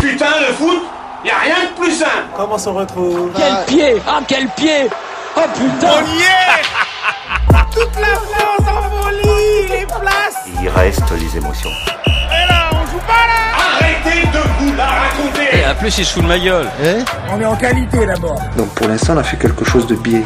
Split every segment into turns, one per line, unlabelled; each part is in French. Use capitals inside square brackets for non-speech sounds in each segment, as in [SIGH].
Putain, le foot, y a rien de plus simple.
Comment s'en retrouve
Quel pied Ah quel pied Oh putain
On y est Toute la France en folie, les places.
Il reste les émotions.
Et là, on joue pas là. Arrêtez de vous la raconter.
En plus il se fout de ma gueule
Donc pour l'instant, on a fait quelque chose de biais.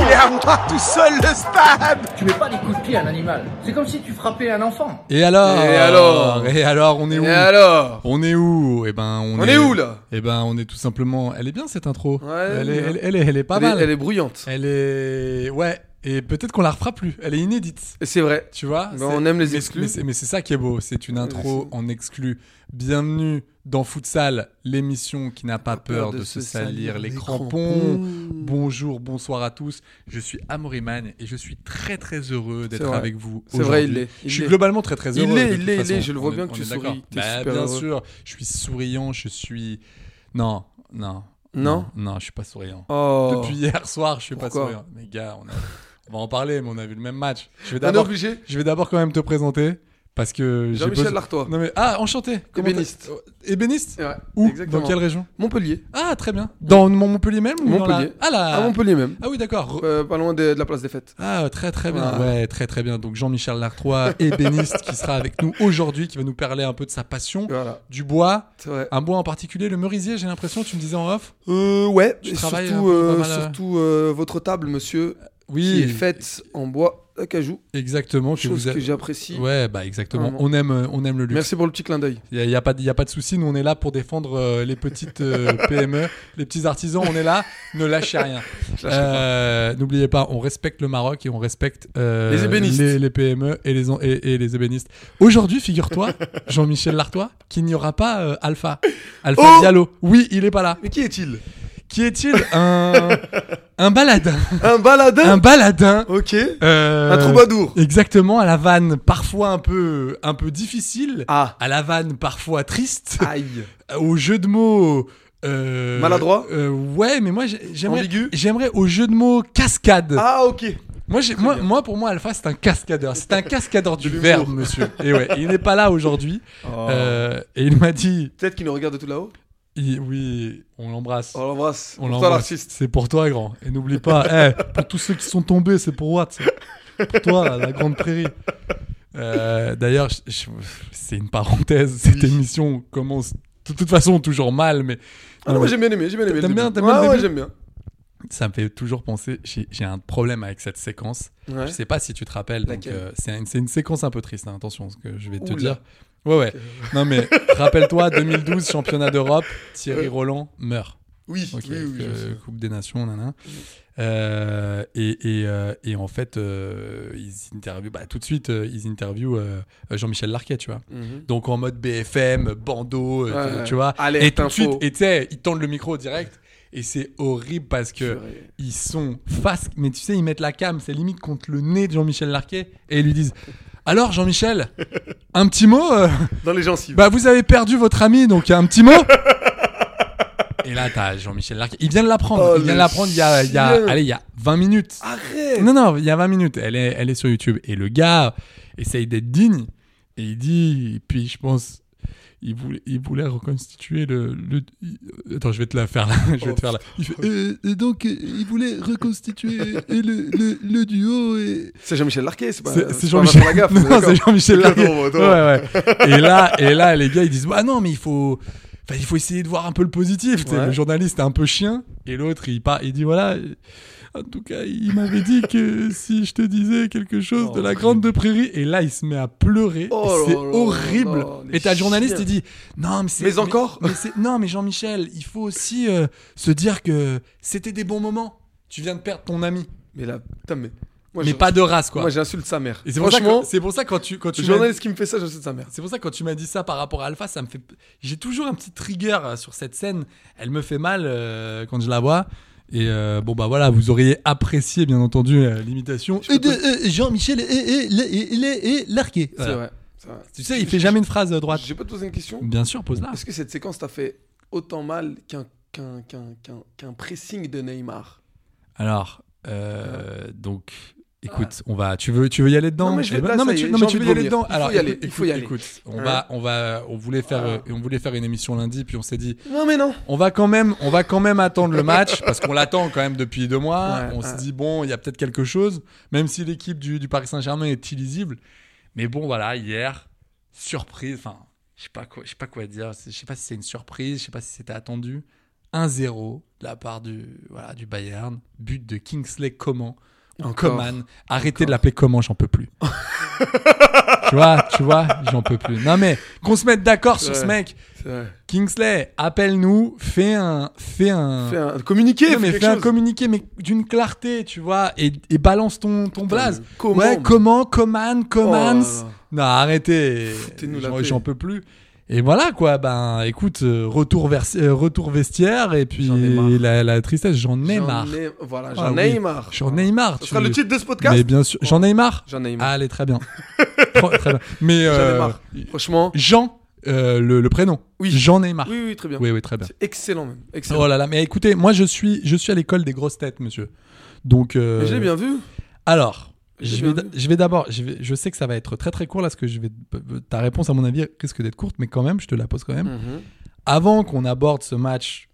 Il est à moi tout seul le stade.
Tu mets pas des coups de pied à un animal. C'est comme si tu frappais un enfant.
Et alors
Et alors
Et alors, on est où
Et alors
On est où Eh ben, on,
On est où, là
Eh ben, on est tout simplement. Elle est bien cette intro.
Ouais,
elle,
elle
est,
est
elle,
bien.
elle est, elle est pas
elle,
mal.
Est, elle est bruyante.
Elle est- ouais. Et peut-être qu'on la refera plus. Elle est inédite.
Et C'est vrai.
Tu vois
Ben,
c'est-
on aime les
mais-
exclus.
Mais, c'est- mais c'est ça qui est beau. C'est une intro en exclu. Bienvenue dans Futsal, l'émission qui n'a pas peur de, se salir, les crampons. Bonjour, bonsoir à tous. Je suis Amoriman et je suis très très heureux
C'est
d'être
vrai.
avec vous.
C'est vrai, il
aujourd'hui.
l'est. Il
Je suis
l'est.
globalement très très
Il
heureux.
l'est,
de
il
toute
l'est, il
façon.
l'est. Je le vois
On est-
bien que tu
on est
souris,
d'accord.
t'es
Bah,
super
bien
heureux.
sûr, je suis souriant, je suis. Non, non.
Non
Non, je suis pas souriant.
Oh.
Depuis hier soir, je suis pas
Pourquoi
souriant. Mais gars, on, a- on va en parler, mais on a vu le même match. Je vais
On est
d'abord
obligé.
je vais d'abord quand même te présenter parce que j'ai
Jean-Michel
besoin-
Lartois.
Non mais ah enchanté. Comment
Ébéniste.
t'as- Oh, Ébéniste.
Ouais,
Où
exactement.
Dans quelle région
Montpellier.
Ah très bien. Dans Mont- Montpellier même ou dans la-
Montpellier.
Ah là.
À Montpellier même.
Ah oui d'accord. Re-
Euh, pas loin de, de la place des fêtes.
Ah très très bien.
Voilà.
Ouais très très bien. Donc Jean-Michel Lartois, [LAUGHS] ébéniste qui sera avec nous aujourd'hui, qui va nous parler un peu de sa passion
Voilà.
du bois.
C'est vrai.
Un bois en particulier, le merisier. J'ai l'impression, tu me disais en off.
Euh, ouais.
Tu
et
travailles un
surtout,
peu
euh,
pas mal, euh. Ah,
surtout euh, votre table, monsieur, qui est faite en bois d'acajou.
exactement. Que
Chose
vous a-
que j'apprécie.
Ouais bah exactement.
Vraiment.
On aime euh, on aime le luxe.
Merci pour le petit clin d'œil.
Il n'y a, y a pas de- y a pas de souci, nous on est là pour défendre euh, les petites
[LAUGHS]
euh, PME, les petits artisans, on est là, ne lâchez rien. Euh, N'oubliez pas, on respecte le Maroc et on respecte euh,
Les ébénistes.
les, les PME et les, en- et, et les ébénistes. Aujourd'hui, figure-toi, Jean-Michel Lartois, qu'il n'y aura pas euh, Alpha. Alpha
Oh
Diallo, oui, il est pas là.
Mais qui est-il
Qui est-il un,
[LAUGHS]
un baladin.
Un baladin
Un baladin.
[LAUGHS] Ok.
euh,
Un troubadour.
Exactement, à la vanne parfois un peu, un peu difficile,
Ah.
à la vanne parfois triste
Aïe.
au jeu de mots. euh,
Maladroit
euh, Ouais, mais moi j'ai- j'aimerais.
Ambigu
J'aimerais au jeu de mots cascade.
Ah, ok.
moi, j'ai- moi, moi, pour moi, Alpha, c'est un cascadeur. C'est un cascadeur du
l'humour. Oh.
verbe, monsieur. Et ouais, il n'est pas là aujourd'hui. Euh, et il m'a dit,
Peut-être qu'il nous regarde de tout là-haut.
il- oui, on l'embrasse.
On l'embrasse.
On
Oh, Pour toi,
l'embrasse.
l'artiste.
C'est pour toi, grand. Et n'oublie pas, [LAUGHS] eh, pour tous ceux qui sont tombés, c'est pour Watt. Pour toi, la grande prairie. Euh, D'ailleurs, je- je- c'est une parenthèse. Cette émission commence de toute façon toujours mal, mais
Ah non, moi, j'ai bien aimé, j'ai bien aimé. le
T'aimes bien,
début. Ah,
t'aimes bien le
Ouais, ouais,
début
j'aime bien.
ça me fait toujours penser. J'ai j'ai un problème avec cette séquence.
Ouais.
Je sais pas si tu te rappelles. donc,
Laquelle
euh, C'est une, c'est une séquence un peu triste. hein, attention, ce que je vais te
Oula.
dire. Ouais, ouais. Non,
[LAUGHS]
mais rappelle-toi, 2012, championnat d'Europe, Thierry Roland meurt.
Oui,
Ok,
oui, oui.
avec,
je
euh,
sais.
Coupe des Nations, nanana. Euh, et, et, euh, et en fait, euh, ils interviewent, bah, tout de suite, euh, ils interviewent euh, Jean-Michel Larquet, tu vois.
Mhm.
Donc en mode BFM, bandeau, euh,
Ouais,
tu
ouais.
vois.
Alerte,
et tout de
info.
suite, et tu sais, ils tendent le micro direct. Et c'est horrible parce que
Purée.
ils sont face, mais tu sais, ils mettent la cam, c'est limite contre le nez de Jean-Michel Larquet, et ils lui disent Alors Jean-Michel, un petit mot euh,
Dans les gencives.
Bah vous avez perdu votre ami, donc un petit mot [LAUGHS] Et là, t'as Jean-Michel Larquet, il vient de l'apprendre,
Oh,
il vient de
le
l'apprendre il y a, il y a-
chien.
allez, il y a 20 minutes.
Arrête
Non, non, il y a 20 minutes, elle est, elle est sur YouTube, et le gars essaye d'être digne, et il dit, et puis je pense. Il voulait, il voulait reconstituer le, le- il- Attends, je vais te la faire là. [LAUGHS] Je vais te faire là. Il
Oh,
fait, euh, et donc, euh, il voulait reconstituer euh, le, le- le duo et.
C'est Jean-Michel Larquet, Bah, c'est pas.
C'est c'est
pas
Jean-Michel.
Vincent
[LAUGHS]
Lagaffe,
Non,
d'accord.
c'est Jean-Michel
D'accord,
Larguet.
bon, attends.
Ouais, ouais. Et là, et là, les gars, ils disent Ah non, mais il faut. enfin, il faut essayer de voir un peu le positif. Tu sais,
Ouais.
Le journaliste est un peu chien. Et l'autre, il, part- il dit Voilà. euh, En tout cas, il m'avait dit
[LAUGHS]
que si je te disais quelque chose de la grande de prairie. Et là, il se met à pleurer.
Oh
Et c'est
là là
horrible.
là là,
et t'as le journaliste,
chiens.
il dit Non, mais c'est.
Mais encore
mais c'est- Non, mais Jean-Michel, il faut aussi euh, se dire que c'était des bons moments. Tu viens de perdre ton ami.
Mais là, putain, mais. Moi,
mais
je-
pas de race, quoi.
Moi, j'insulte sa mère.
Et c'est pour, ça
Franchement,
que- c'est pour ça que quand tu, quand tu
le
m'as-
journaliste qui me fait ça, j'insulte sa mère.
C'est pour ça que quand tu m'as dit ça par rapport à Alpha, ça me fait. J'ai toujours un petit trigger euh, sur cette scène. Elle me fait mal euh, quand je la vois. Et euh, bon bah voilà, vous auriez apprécié bien entendu euh, l'imitation. Et de euh, Jean-Michel et et et- et- et Larquet.
C'est
Voilà.
vrai. c'est vrai.
Tu sais, il fait jamais une phrase euh, droite.
J'ai pas te poser une question.
Bien sûr, pose la.
Est-ce que cette séquence t'a fait autant mal qu'un qu'un qu'un qu'un qu'un pressing de Neymar
Alors euh, donc. Écoute, on va. Tu veux, tu veux y aller dedans
Non, mais je vais-
Eh ben,
là,
non, mais
ça y
tu,
est,
non,
j'ai
mais tu
envie
veux
de
y aller
vomir.
dedans.
Il faut
Alors,
y aller,
écoute,
il faut y aller.
écoute, on
Hein
va, on va, on voulait faire, euh, on voulait faire une émission lundi, puis on s'est dit,
Non, mais non.
On va quand même, on va quand même attendre le match parce qu'on l'attend quand même depuis deux mois.
Ouais,
on se dit bon, il y a peut-être quelque chose, même si l'équipe du, du Paris Saint-Germain est illisible. Mais bon, voilà, hier, surprise. Enfin, je sais pas quoi, je sais pas quoi dire. C'est- Je sais pas si c'est une surprise, je sais pas si c'était attendu. 1-0 de la part du voilà du Bayern. But de Kingsley Coman. Ou
Encore.
Coman. Arrêtez de l'appeler Coman, j'en peux
[LAUGHS]
plus. tu vois, tu vois, j'en peux plus. Non mais qu'on se mette d'accord sur
Ouais.
ce mec.
C'est vrai.
Kingsley, appelle-nous, fais un, fais un,
Fais un communiqué,
Non, mais
fais
fais un
quelque chose.
communiqué, mais d'une clarté, tu vois, et, et balance ton, ton blaze.
mais comment,
ouais,
mais-
comment, Coman, Comans.
Oh là là.
non, arrêtez.
Foutez-nous la
J'en-
paix.
J'en peux plus. Et voilà quoi, ben écoute, euh, retour, vers, euh, retour vestiaire et puis
J'en ai marre.
la, la tristesse, j'en ai
J'en
marre.
ai- Voilà,
Ah
j'en
oui,
ai marre.
J'en ai marre.
Ce
tu-
sera le titre de ce
Mais
podcast. Oh.
bien sûr, j'en ai marre.
J'en ai marre.
Allez, très
[LAUGHS]
bien. Très bien. Mais
J'en ai
euh,
marre. Franchement.
Jean, euh, le, le prénom.
Oui.
J'en ai marre.
Oui, oui, très bien.
Oui, oui, très bien.
C'est excellent même. Excellent.
Oh là là, mais écoutez, moi je suis, je suis à l'école des grosses têtes, monsieur. Donc, euh,
Mais je l'ai bien vu.
alors,
Je l'ai
je vais,
bien vu.
je vais d'abord, je, vais- je sais que ça va être très très court là, parce que je vais, ta réponse à mon avis risque d'être courte, mais quand même, je te la pose quand
Hmm.
même. Avant qu'on aborde ce match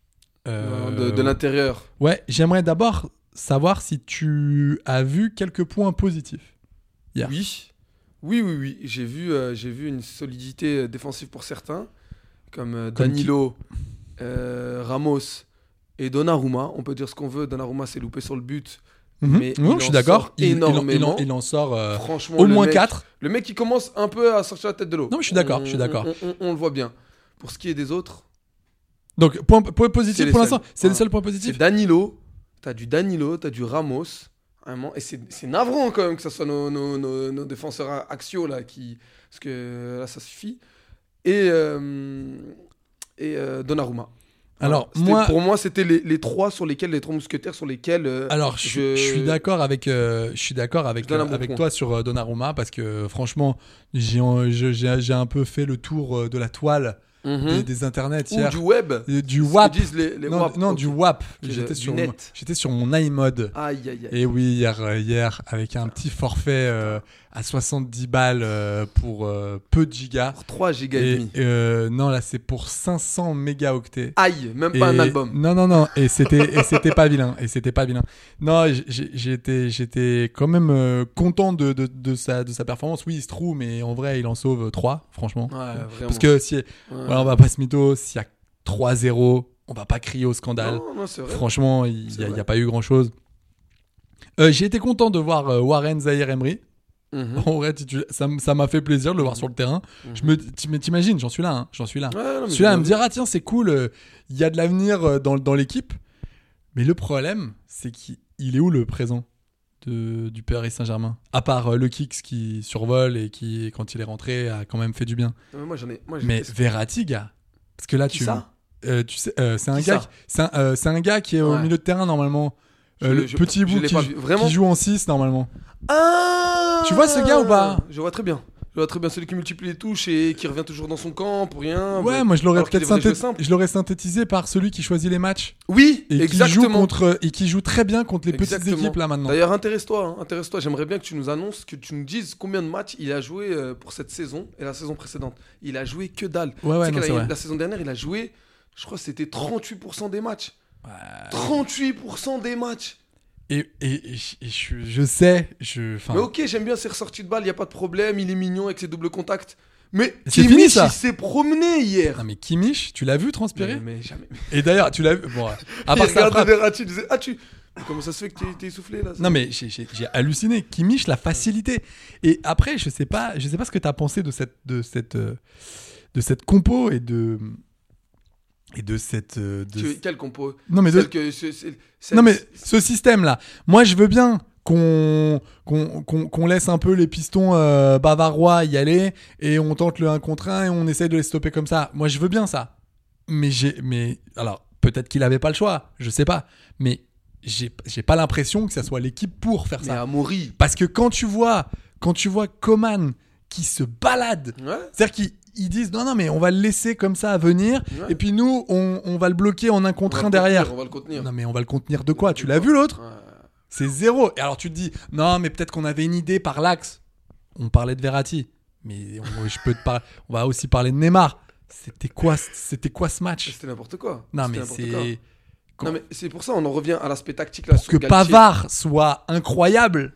euh,
De, de l'intérieur.
ouais, j'aimerais d'abord savoir si tu as vu quelques points positifs. Hier.
Oui. Oui, oui, oui. J'ai vu, euh, j'ai vu une solidité euh, défensive pour certains, comme euh,
Comme qui
Danilo, euh, Ramos et Donnarumma. On peut dire ce qu'on veut. Donnarumma s'est loupé sur le but.
Mhm.
Mais
Non,
il
je suis
en
d'accord.
sort
Il, il en- il en-
énormément.
il en sort euh,
Franchement,
au
le
moins
mec-
4
Le mec, il commence un peu à sortir la tête de l'eau.
Non, mais je suis d'accord,
On-
je suis d'accord.
On, on- on le voit bien. Pour ce qui est des autres,
Donc point, point
C'est
positif
les
pour l'instant.
seuls.
C'est le
Voilà.
seul point
c'est
positif.
Danilo. T'as du Danilo, t'as du Ramos. Vraiment, et c'est c'est navrant quand même que ce soit nos, nos- nos- nos défenseurs a- axiaux là qui. Parce que là, ça suffit. Et. euh, et euh, Donnarumma. Voilà.
Alors
C'était-
moi,
Pour moi, c'était les, les trois sur lesquels, les trois mousquetaires sur lesquels. euh,
Alors, je, suis- je suis d'accord avec, euh, je suis d'accord
Je
avec,
donne un
euh,
bon
avec
point.
toi sur euh, Donnarumma parce que euh, franchement, j'ai en- je- j'ai j'ai un peu fait le tour euh, de la toile
Mhm.
des, des internets
Ou
hier.
du web.
Euh, du
Ce que
WAP.
disent les- les
non,
WAP,
non,
ok.
du WAP.
Du-
J'étais
du
sur,
net. Ah,
mon- j'étais sur mon iMod.
Aïe, aïe, aïe.
Et oui, hier, euh, hier, avec un petit forfait euh, à 70 balles euh, pour euh, peu de gigas.
3 gigas et
Et
demi.
euh, non, là, c'est pour 500 mégaoctets.
Aïe, même pas
Et-
un album.
Non, non, non. Et c'était, et c'était pas vilain. Et c'était pas vilain. Non, j- j'ai- j'étais, j'étais quand même euh, content de, de, de sa, de sa performance. Oui, il se trouve, mais en vrai, il en sauve 3, franchement.
Ouais, vraiment.
Parce que si, voilà, on va pas se mytho, s'il y a 3-0, on va pas crier au scandale.
Non, non, c'est vrai.
franchement, il n'y a,
vrai.
il y a pas eu grand chose. j'ai été content de voir euh, Warren Zahir Emery.
Mhm.
En vrai, tu- tu- ça m- ça m'a fait plaisir de le voir sur le terrain. Je me, t'im- t'imagines, j'en suis là, hein, j'en suis là.
Ouais, non, mais
Celui-là
j'ai
à me
bien
dire ah tiens c'est cool, euh, il y a de l'avenir euh, dans, dans l'équipe. Mais le problème c'est qu'il il est où le présent de, du Paris Saint-Germain À part euh, le Kicks qui survole et qui quand il est rentré a quand même fait du bien.
Non, mais Euh, moi, j'en ai. Moi, j'ai-
Mais Verratti gars, parce que là
Qui
tu,
ça
euh, tu sais euh, c'est un
Qui
gars,
ça
qui- c'est un, euh, c'est un gars qui est au
Ouais.
milieu de terrain normalement. Euh,
Je-
le
je-
petit
je
bout
l'ai
qui,
pas vu.
jou-
Vraiment
qui joue en 6 normalement.
Ah
Tu vois ce gars ou pas
Je vois très bien. Je vois très bien celui qui multiplie les touches et qui revient toujours dans son camp pour rien.
Ouais,
mais-
moi je l'aurais
alors qu'il
peut-être
devrait jouer
synthéti-
simple.
je l'aurais synthétisé par celui qui choisit les matchs
Oui,
et qui joue
exactement.
contre euh, et qui joue très bien contre les
Exactement.
petites équipes là maintenant.
D'ailleurs, intéresse-toi, hein, intéresse-toi. J'aimerais bien que tu nous annonces, que tu nous dises combien de matchs il a joué euh, pour cette saison et la saison précédente. Il a joué que dalle.
Ouais, ouais,
Tu sais
non,
que
c'est
la,
vrai.
la saison dernière, il a joué, je crois que c'était 38% des matchs. 38% des matchs.
Et, et- et je- et je, je sais, je. enfin,
Mais ok, j'aime bien ses ressorties de balle, il n'y a pas de problème, il est mignon avec ses doubles contacts. Mais
C'est
Kimmich,
fini, ça.
il s'est promené hier.
Non, mais Kimmich, tu l'as vu transpirer
Mais, mais jamais.
Et d'ailleurs, tu l'as vu. Bon, ouais. à
il
part ça,
regardait Verratti, il disait Ah, tu. Comment ça se fait que t'es- t'es essoufflé là ça
Non mais j'ai- j'ai j'ai halluciné. Kimmich, la facilité. Et après, je sais pas, je sais pas ce que t'as pensé de cette, de cette, euh, de cette compo et de et de cette. euh, de-
Tu- Quel compo
Non, mais de-
Celle que- ce- ce- celle-
Non mais ce système là. Moi, je veux bien qu'on qu'on qu'on- qu'on laisse un peu les pistons euh, bavarois y aller et on tente le 1 contre 1 et on essaie de les stopper comme ça. Moi, je veux bien ça. Mais j'ai mais alors peut-être qu'il avait pas le choix, je sais pas, mais j'ai j'ai pas l'impression que ça soit l'équipe pour faire
Mais
ça.
Amaury.
Parce que quand tu vois, quand tu vois Coman qui se balade,
Ouais.
c'est-à-dire qu'ils ils disent non, non, mais on va le laisser comme ça à venir, et puis nous, on, on va le bloquer en un
On va
contre
le
un derrière.
contenir, On va le contenir. Ah,
Non, mais on va le contenir de quoi Tu l'as vu l'autre C'est zéro. Et alors tu te dis non, mais peut-être qu'on avait une idée par l'axe. On parlait de Verratti, mais on, [LAUGHS] je peux te par- on va aussi parler de Neymar. C'était quoi, c'était quoi ce match
C'était n'importe quoi.
Non,
C'était
mais
n'importe quoi.
c'est
Non, mais c'est pour ça on en revient à l'aspect tactique là. sur
que
Galtier.
Pavard soit incroyable.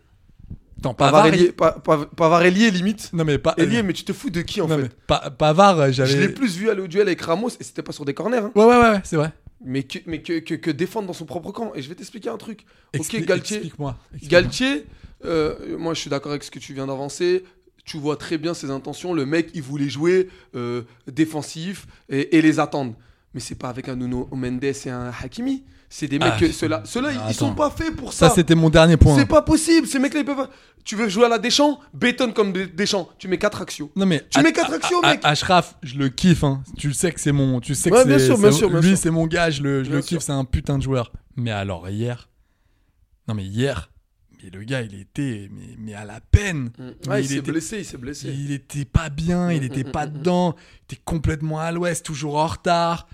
Non,
Pavard
Pavard,
est lié-
il-
Pa- Pa- Pavard est lié limite.
non mais pas
Ailier, mais tu te fous de qui en
Non,
fait
mais Pa- Pavard, euh, j'avais.
Je l'ai plus vu aller au duel avec Ramos et c'était pas sur des corners. hein.
Ouais, ouais, ouais, ouais, c'est vrai.
Mais, que, mais que, que- que défendre dans son propre camp. Et je vais t'expliquer un truc.
Expli-
ok, Galtier.
Explique-moi. explique-moi.
Galtier, euh, moi je suis d'accord avec ce que tu viens d'avancer. Tu vois très bien ses intentions. Le mec, il voulait jouer euh, défensif et, et les attendre. Mais c'est pas avec un Nuno Mendes et un Hakimi. C'est des mecs
Ah,
que ceux-là, ceux-là,
Ah,
ils sont
attends.
pas faits pour ça.
Ça, c'était mon dernier point.
C'est pas possible. Ces mecs-là, ils peuvent. pas- Tu veux jouer à la Deschamps Bétonne comme Des- Deschamps. Tu mets 4 actions.
Non mais
Tu
A-
mets quatre
A-
actions,
A-
mec.
Ashraf, je le kiffe. hein. Tu sais que c'est mon, tu sais que
Ouais,
c'est,
bien sûr, bien
c'est-
sûr, bien
lui
sûr.
c'est mon gars. Je le, je
Bien
le kiffe.
sûr.
C'est un putain de joueur. Mais alors hier, non mais hier, mais le gars il était mais, mais à la peine. Mais
Ouais, il,
il
s'est
était-
blessé, il s'est blessé.
Il était pas bien. Il était pas dedans. Il était complètement à l'ouest, toujours en retard.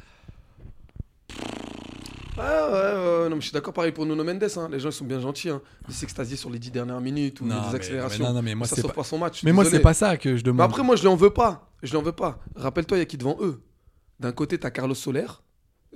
Ah, Ouais, ouais, ouais, non, mais je suis d'accord, pareil pour Nuno Mendes. hein. Les gens, ils sont bien gentils. Hein. Ils s'extasient sur les 10 dernières minutes ou
Non,
les
mais-
accélérations.
non, mais non, mais moi,
ça
c'est
sauve
pas-
pas son match. je suis
Mais moi
désolé.
c'est pas ça que je demande.
Mais après, moi, je l'en veux pas. Je l'en veux pas. Rappelle-toi, il y a qui devant eux D'un côté, t'as Carlos Soler.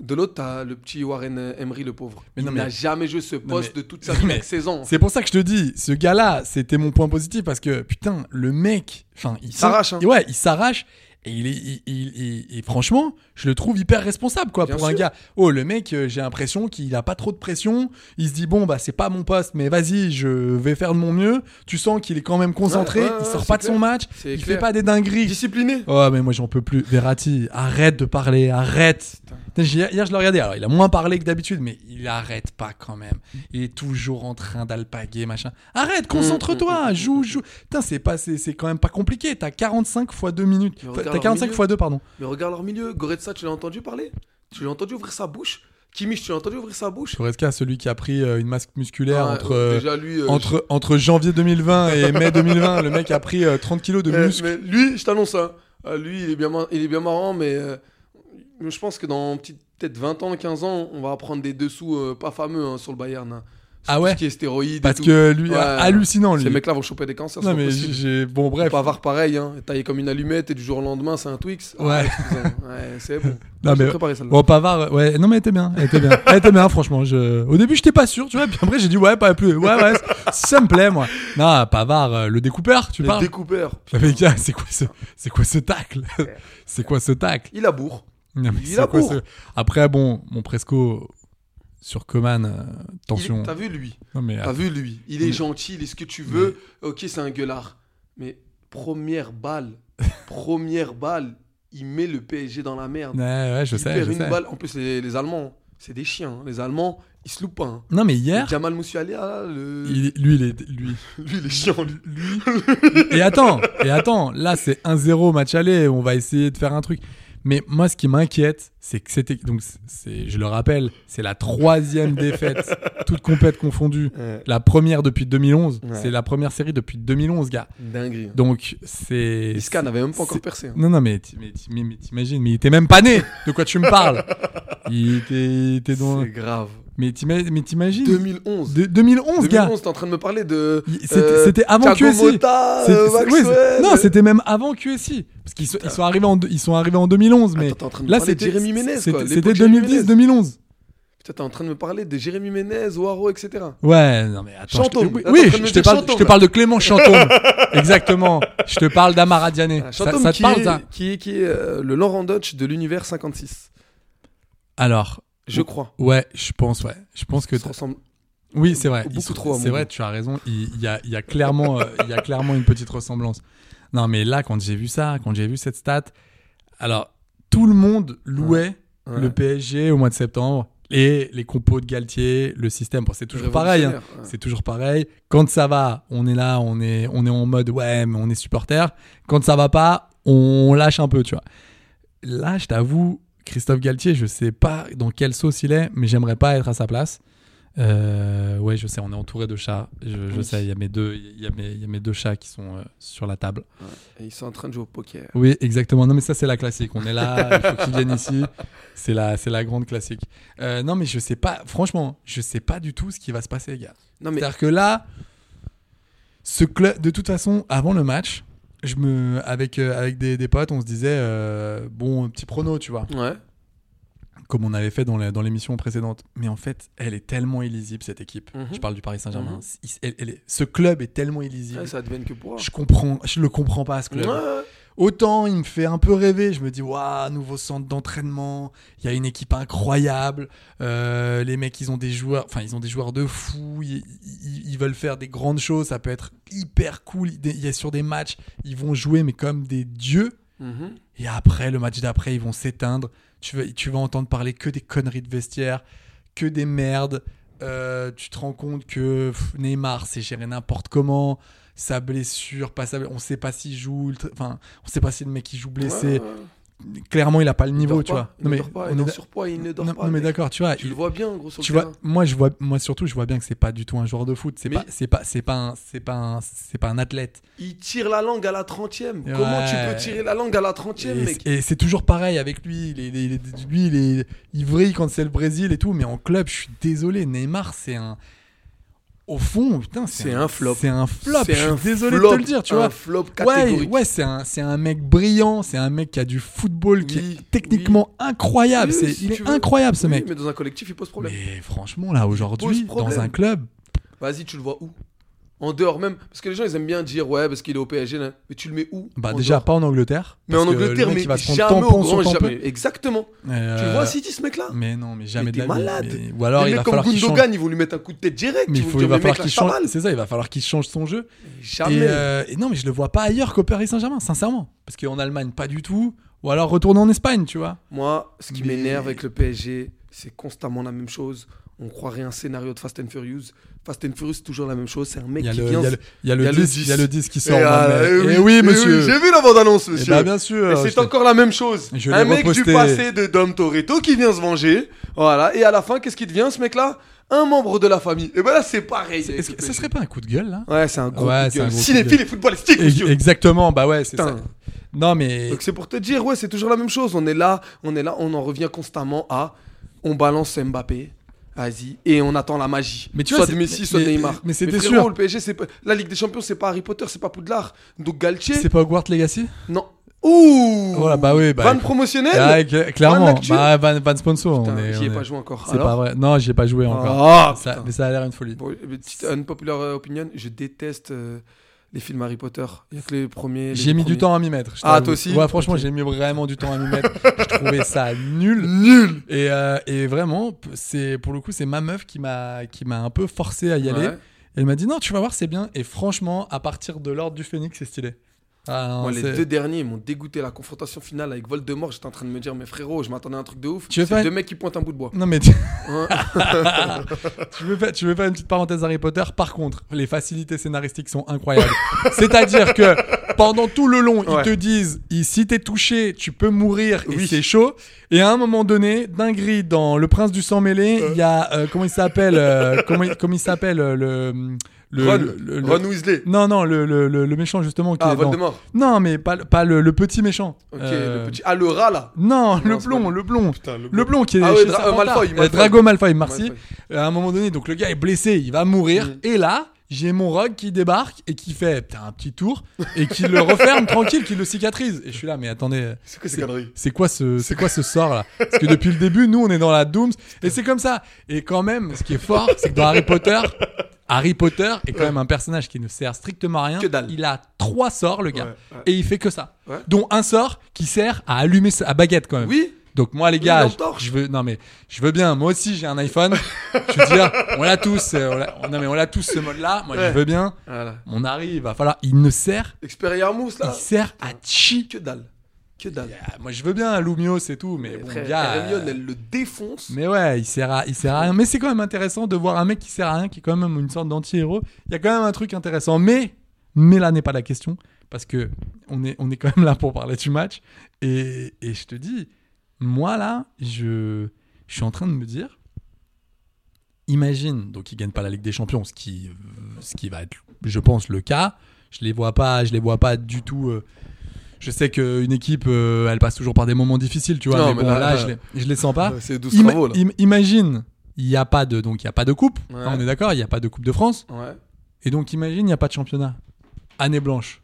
De l'autre, t'as le petit Warren Emery, le pauvre.
Mais
il
non, mais-
n'a jamais joué ce
Non,
poste
mais-
de toute sa
[LAUGHS]
vie,
mais
chaque saison.
C'est pour ça que je te dis, ce gars-là, c'était mon point positif parce que putain, le mec, enfin, il
s'arrache, hein.
Ouais, il s'arrache. Et, il est, il- il- il- et franchement, je le trouve hyper responsable quoi
Bien
pour un
sûr.
gars. Oh le mec, euh, j'ai l'impression qu'il a pas trop de pression. Il se dit bon bah c'est pas mon poste, mais vas-y, je vais faire de mon mieux. Tu sens qu'il est quand même concentré.
Ouais, ouais,
il
ouais,
sort
c'est
pas de son
clair.
match.
C'est
Il
clair.
fait pas des dingueries. [LAUGHS]
Discipliné.
Oh, mais moi j'en peux plus. Verratti, arrête de parler, arrête. Putain, Hier, hier, je le regardais, alors il a moins parlé que d'habitude, mais il arrête pas quand même. Il est toujours en train d'alpaguer, machin. Arrête,
Mm,
concentre-toi, joue, joue. Putain, c'est pas, c'est c'est quand même pas compliqué. T'as 45 fois 2 minutes.
Mais
Enfin,
regarde
T'as
au
45
milieu.
fois 2, pardon.
Mais regarde leur milieu. Goretzka, tu l'as entendu parler Tu l'as entendu ouvrir sa bouche Kimmich, tu l'as entendu ouvrir sa bouche
Goretzka, celui qui a pris euh, une masque musculaire
Ouais,
entre, euh,
déjà, lui, euh,
entre, entre janvier 2020 et mai 2020, le mec a pris euh, 30 kilos de
Eh,
muscle.
mais lui, je t'annonce, hein, euh, lui, il est bien, mar- il est bien marrant, mais euh, je pense que dans petit- peut-être 20 ans, 15 ans, on va apprendre des dessous euh, pas fameux hein, sur le Bayern. hein. Sur
Ah
tout
ouais
ce qui est stéroïdes.
Parce
et tout.
que lui,
Ouais.
hallucinant, lui.
Ces mecs-là vont choper des cancers.
non,
c'est
mais
impossible.
j'ai. Bon, bref.
Pavard pareil, hein, taillé comme une allumette et du jour au lendemain, c'est un Twix. Ah,
Ouais.
excusez-moi. ouais, c'est bon.
[LAUGHS] Non,
J'ai
mais-
préparé celle-là.
Bon, Pavard, euh, ouais, non, mais elle était bien, elle était bien, elle était bien, franchement. Je... Au début, j'étais pas sûr, tu vois, puis après, j'ai dit, ouais, pas plus, ouais, ouais, ça me plaît, moi. Non, Pavard, euh, le découpeur, tu
Le
parles.
découpeur.
Mais gars, c'est quoi ce, c'est quoi ce
[LAUGHS]
tacle C'est quoi ce tacle
Il a bourre.
Non, mais
Il
c'est
a
quoi
court.
ce- Après, bon, mon Presco sur Coman, euh,
Il est-
tension.
T'as vu lui
Non, mais
T'as
attends,
vu lui Il est gentil, il est ce que tu veux. Ok, c'est un gueulard. Mais première balle,
[LAUGHS]
première balle, il met le PSG dans la merde.
ouais, ouais, je
il
sais,
perd
je
une
sais.
balle. En plus, les, les Allemands, c'est des chiens. hein. Les Allemands, ils se loupent pas. hein.
Non, mais hier,
Jamal Moussiali, ah, le...
il- lui, il est, lui,
[LAUGHS] lui, il est chiant. lui.
Et attends, et attends, là c'est 1-0 match aller, on va essayer de faire un truc. Mais moi, ce qui m'inquiète, c'est que c'était donc c'est, je le rappelle, c'est la troisième
[LAUGHS]
défaite, toute complète confondue. La première depuis 2011, c'est la première série depuis 2011, gars.
Dinguerie.
Donc c'est.
Isca n'avait même pas encore
c'est-
percé. hein.
Non, non, mais, t- mais t- mais- mais t'imagines, mais il était même pas né. De quoi tu me
[LAUGHS]
parles Il était, il était dans.
C'est grave.
Mais t'ima- mais t'imagines
2011.
De- 2011, gars.
2011, t'es en train de me parler de. euh,
Il- C'était c'était avant
Thiago
QSI.
Motta,
C'était-
euh,
c'est- oui,
Maxwell.
c'est- non, c'était même avant QSI. Parce qu'ils sont, ils sont, arrivés en, deux- ils sont arrivés en 2011. Mais
Attends, t'es en train de
là,
parler de
c'était
Jérémy Ménez, quoi,
c'était-
l'époque
C'était
Jérémy
2010-2011.
Putain, t'es en train de me parler de Jérémy Ménez, Waro, etc.
Ouais, non mais attends.
Chantôme.
je te- oui,
Attends,
oui,
en train de
je,
me
te
dire
parle,
Chantôme,
je te
là.
parle de Clément
[LAUGHS]
Chantôme. Exactement. Je te parle d'Amara Diané.
Ah,
ça,
Chantôme
ça te
qui,
parle,
est,
ça
qui est, qui est, euh, le Laurent Dutch de l'univers 56,
Alors,
je crois.
ouais, je pense, ouais. Je pense que.
Ils se
t'as-
ressemblent.
Oui, c'est vrai.
beaucoup
Ils sont-
trop à mon
C'est vrai,
goût.
tu as raison. Il, il y, a, il y a clairement, euh, il y a clairement une petite ressemblance. Non, mais là, quand j'ai vu ça, quand j'ai vu cette stat, alors tout le monde louait
Ouais.
le PSG au mois de septembre. Et les compos de Galtier, le système, bon, c'est toujours pareil. hein.
Révolutionnaire, ouais.
C'est toujours pareil. Quand ça va, on est là, on est, on est en mode ouais, mais on est supporter. Quand ça va pas, on lâche un peu, tu vois. Là, je t'avoue, Christophe Galtier, je sais pas dans quelle sauce il est, mais j'aimerais pas être à sa place. Euh, ouais, je sais, on est entouré de chats. Je, je
Oui.
sais, il y a mes deux, il y a mes, il y a mes deux chats qui sont euh, sur la table.
Et ils sont en train de jouer au poker.
Oui, exactement. Non, mais ça, c'est la classique. On est là, il faut qu'ils viennent ici. C'est la, c'est la grande classique. Euh, non, mais je sais pas, franchement, je sais pas du tout ce qui va se passer, les gars.
Non, mais
C'est-à-dire que là, ce club, de toute façon, avant le match, je me, avec, euh, avec des, des potes, on se disait, euh, bon, un petit prono, tu vois,
ouais.
comme on avait fait dans la- dans l'émission précédente. Mais en fait, elle est tellement illisible, cette équipe.
Mhm.
Je parle du Paris Saint-Germain.
Mhm.
Il- elle- elle est- ce club est tellement illisible.
Ouais, ça advienne que pour.
je comprends, je le comprends pas, ce club.
Ouais.
Autant il me fait un peu rêver, je me dis waouh, nouveau centre d'entraînement, il y a une équipe incroyable, euh, les mecs ils ont des joueurs, enfin ils ont des joueurs de fou, ils, ils- ils veulent faire des grandes choses, ça peut être hyper cool, il il y a sur des matchs, ils vont jouer mais comme des dieux,
Mhm.
et après le match d'après ils vont s'éteindre, tu vas, tu vas entendre parler que des conneries de vestiaire, que des merdes, Euh, tu te rends compte que pff, Neymar s'est géré n'importe comment, sa blessure, pas sa... on sait pas s'il joue, ultra- enfin, on sait pas si le mec il joue blessé.
Ouais, ouais.
Clairement, il a pas le
Il
niveau,
dort
tu
pas,
vois.
Il ne dort pas,
on
il est
est
en
d'a-
surpoids, il ne dort
non,
pas.
non, mais
mec.
d'accord, tu vois.
Tu
il-
le vois bien, en gros, sur
tu
le
vois,
terrain.
moi je vois, moi surtout, je vois bien que c'est pas du tout un joueur de foot, c'est
Mais-
pas, c'est pas, c'est pas un, c'est pas un, c'est pas un athlète.
Il tire la langue à la 30 e Comment tu
Ouais.
peux tirer la langue à la 30 e
Et
mec
c'est- Et c'est toujours pareil avec lui. Il est, il est- il est- lui, il est ivri quand c'est le Brésil et tout. Mais en club, je suis désolé. Neymar, c'est un. Au fond, putain,
C'est un flop.
C'est un flop.
C'est
Je suis
un
désolé de
flop,
te le dire, tu
un
vois.
flop
ouais,
catégorique.
ouais c'est un, c'est un mec brillant. C'est un mec qui a du football qui
Oui,
est techniquement incroyable.
Oui, oui,
c'est,
si
il
tu
est
veux.
incroyable, ce
Oui,
mec.
Mais dans un collectif, il pose problème.
Mais franchement, là, aujourd'hui, dans
problème.
un club,
Vas-y, tu le vois où En dehors même. Parce que les gens, ils aiment bien dire, ouais, parce qu'il est au PSG, là. hein. mais tu le mets où
bah,
En
déjà
dehors.
pas en Angleterre.
Mais en
parce que le
Angleterre,
mec,
mais
il va se prendre
jamais au
tampon sur
grand
tampon.
jamais. Exactement. Tu le
Euh,
vois City, ce mec-là
Mais non, mais jamais
Mais
de
t'es
la vie.
malade.
Mais- Ou alors,
Les
il va
mecs comme
falloir qu'il change.
Gundogan, ils vont lui mettre un coup de tête direct.
Mais
ils
il,
vont
faut,
lui
il
dire,
va
mais mec,
falloir
lâche
qu'il
ta
change.
balle.
C'est ça, il va falloir qu'il change son jeu. Et,
Jamais.
euh, et non, mais je le vois pas ailleurs qu'au Paris Saint-Germain, sincèrement. Parce qu'en Allemagne, pas du tout. Ou alors retourner en Espagne, tu vois.
Moi, ce qui
Mais-
m'énerve avec le PSG, c'est constamment la même chose. On croirait un scénario de Fast and Furious. Fast and Furious, c'est toujours la même chose. C'est un mec
Il y a
qui
le,
vient.
il y a le, il y a le
il y a le
10, il y a le 10 qui sort.
Et,
non,
euh,
mais-
eh
eh oui,
eh
monsieur.
J'ai vu la bande-annonce,
Eh
monsieur.
ben, bien sûr.
Et
je
c'est
l'ai-
encore la même chose.
Je l'ai
un mec
reposté.
du passé de Dom Toretto qui vient se venger. Voilà. Et à la fin, qu'est-ce qui devient ce mec-là Un membre de la famille. Et ben là, c'est pareil. avec
Est-ce
le
que ça
PSG.
serait pas un coup de gueule, là
Ouais, c'est un gros
Ouais,
coup de
c'est un
gueule.
gros coup de
Cinéphile
gueule.
et footballistique, monsieur.
Exactement, bah ouais, c'est ça.
Putain.
Non, mais.
Donc c'est pour te dire, ouais, c'est toujours la même chose. On est là, on est là, on en revient constamment à on balance Mbappé, vas-y, et on attend la magie.
Mais tu
soit
vois,
de
c'est-
Messi, soit de
mais-
Neymar.
mais c'était
frérot,
sûr.
Le PSG, c'est pas- la Ligue des Champions, c'est pas Harry Potter, c'est pas Poudlard. Donc Galtier,
C'est pas Hogwarts Legacy
non. Ouh.
Voilà, bah oui, bah.
Van promotionnel.
Ah, cl- clairement,
Van Actu.
bah, van, van sponsor.
Putain,
on est-
j'y ai
on
pas
est-
joué encore.
C'est
Alors
pas vrai. Non, j'y ai pas joué
Ah,
encore. Ça-
putain.
mais ça a l'air une folie.
Bon, euh, petite unpopular opinion, je déteste euh, les films Harry Potter. Il y a que les premiers. les
J'ai
deux
mis
premiers.
du temps à m'y mettre. je
Ah,
t'avoue.
toi aussi
Ouais, franchement,
Ok.
j'ai mis vraiment du temps à m'y
[LAUGHS]
mettre. je trouvais ça nul. Nul. Et, euh, et vraiment, p- c'est pour le coup, c'est ma meuf qui m'a qui m'a un peu forcé à y aller.
Ouais.
Elle m'a dit non, tu vas voir, c'est bien. Et franchement, à partir de l'ordre du Phénix, c'est stylé. Ah, non,
Moi, les
c'est-
deux derniers ils m'ont dégoûté. La confrontation finale avec Voldemort, j'étais en train de me dire, mais frérot, je m'attendais à un truc de ouf.
Tu veux
C'est
faire-
deux mecs qui pointent un bout
[LAUGHS]
de bois. Hein
Non mais tu...
Ouais.
tu veux faire, tu veux faire une petite parenthèse Harry Potter. Par contre, les facilités scénaristiques sont incroyables. [LAUGHS] C'est-à-dire que pendant tout le long, ils
Ouais.
te disent, ils- si t'es touché, tu peux mourir et
Oui.
c'est chaud. Et à un moment donné, dinguerie dans Le Prince du sang mêlé, il y a euh, comment il s'appelle, euh, comment, il- comment il s'appelle euh, le le,
Ron,
le- le-
Ron Weasley.
non non le, le, le- le méchant justement qui
Ah,
est dans-
Voldemort.
non mais pas, le- pas le, le petit méchant
Ok,
Euh,
le petit. Ah, le rat là.
non, le
c'est
blond,
pas lui.
le blond. le, blond qui est
Ah ouais,
chez
Dra- euh,
Serpentard.
Malfoy,
Euh,
Malfoy.
Drago Malfoy, merci.
Malfoy. Mm.
Euh, À un moment donné, donc le gars est blessé, il va mourir. Et là, j'ai mon rogue qui débarque et qui fait putain, un petit tour et qui le
[LAUGHS]
referme tranquille, qui le cicatrise. Et je suis là, mais attendez. euh,
C'est quoi ces conneries
c'est quoi ce, c'est quoi ce sort là Parce que depuis le début, nous, on est dans la Dooms et c'est comme ça. Et quand même, ce qui est fort, c'est que dans Harry Potter, Harry Potter est quand même un personnage qui ne sert strictement à rien.
Que dalle.
Il a trois sorts, le gars,
Ouais, ouais.
et il fait que ça.
Ouais.
Dont un sort qui sert à allumer sa à baguette quand même.
Oui.
Donc moi les
Oui,
gars,
l'entorche.
je, je veux non mais je veux bien. Moi aussi j'ai un iPhone. je veux dire, on l'a tous. euh, on l'a- on- non mais on l'a tous ce mode là. Moi
Ouais.
je veux bien.
Voilà. Ah.
On arrive. Va falloir. Il ne sert.
Expériarmus
Il
là.
sert à chi
Que dalle. Que dalle.
Ah, Moi, je veux bien un Lumio, c'est tout, mais
Mais
bon,
frère,
gars,
Hermione,
euh,
elle le défonce.
Mais ouais, il sert à, il sert à rien. Mais c'est quand même intéressant de voir un mec qui sert à rien, qui est quand même une sorte d'anti-héros. Il y a quand même un truc intéressant. Mais, mais là n'est pas la question. Parce que on est, on est quand même là pour parler du match. Et, et je te dis, moi là, je, je suis en train de me dire, imagine, donc ils gagnent pas la Ligue des Champions, ce qui, euh, ce qui va être, je pense, le cas. Je les vois pas, je les vois pas du tout. euh, je sais qu'une équipe, euh, elle passe toujours par des moments difficiles, tu vois.
Non,
mais
mais
bon,
là,
là,
là,
je, les, je les sens pas.
Ouais, c'est 12
Ima-
travaux, là.
Ah, im- imagine, il n'y a pas de donc il y a pas de coupe.
Ouais.
hein, on est d'accord, il n'y a pas de coupe de France.
Ouais.
Et donc imagine, il n'y a pas de championnat. Année blanche.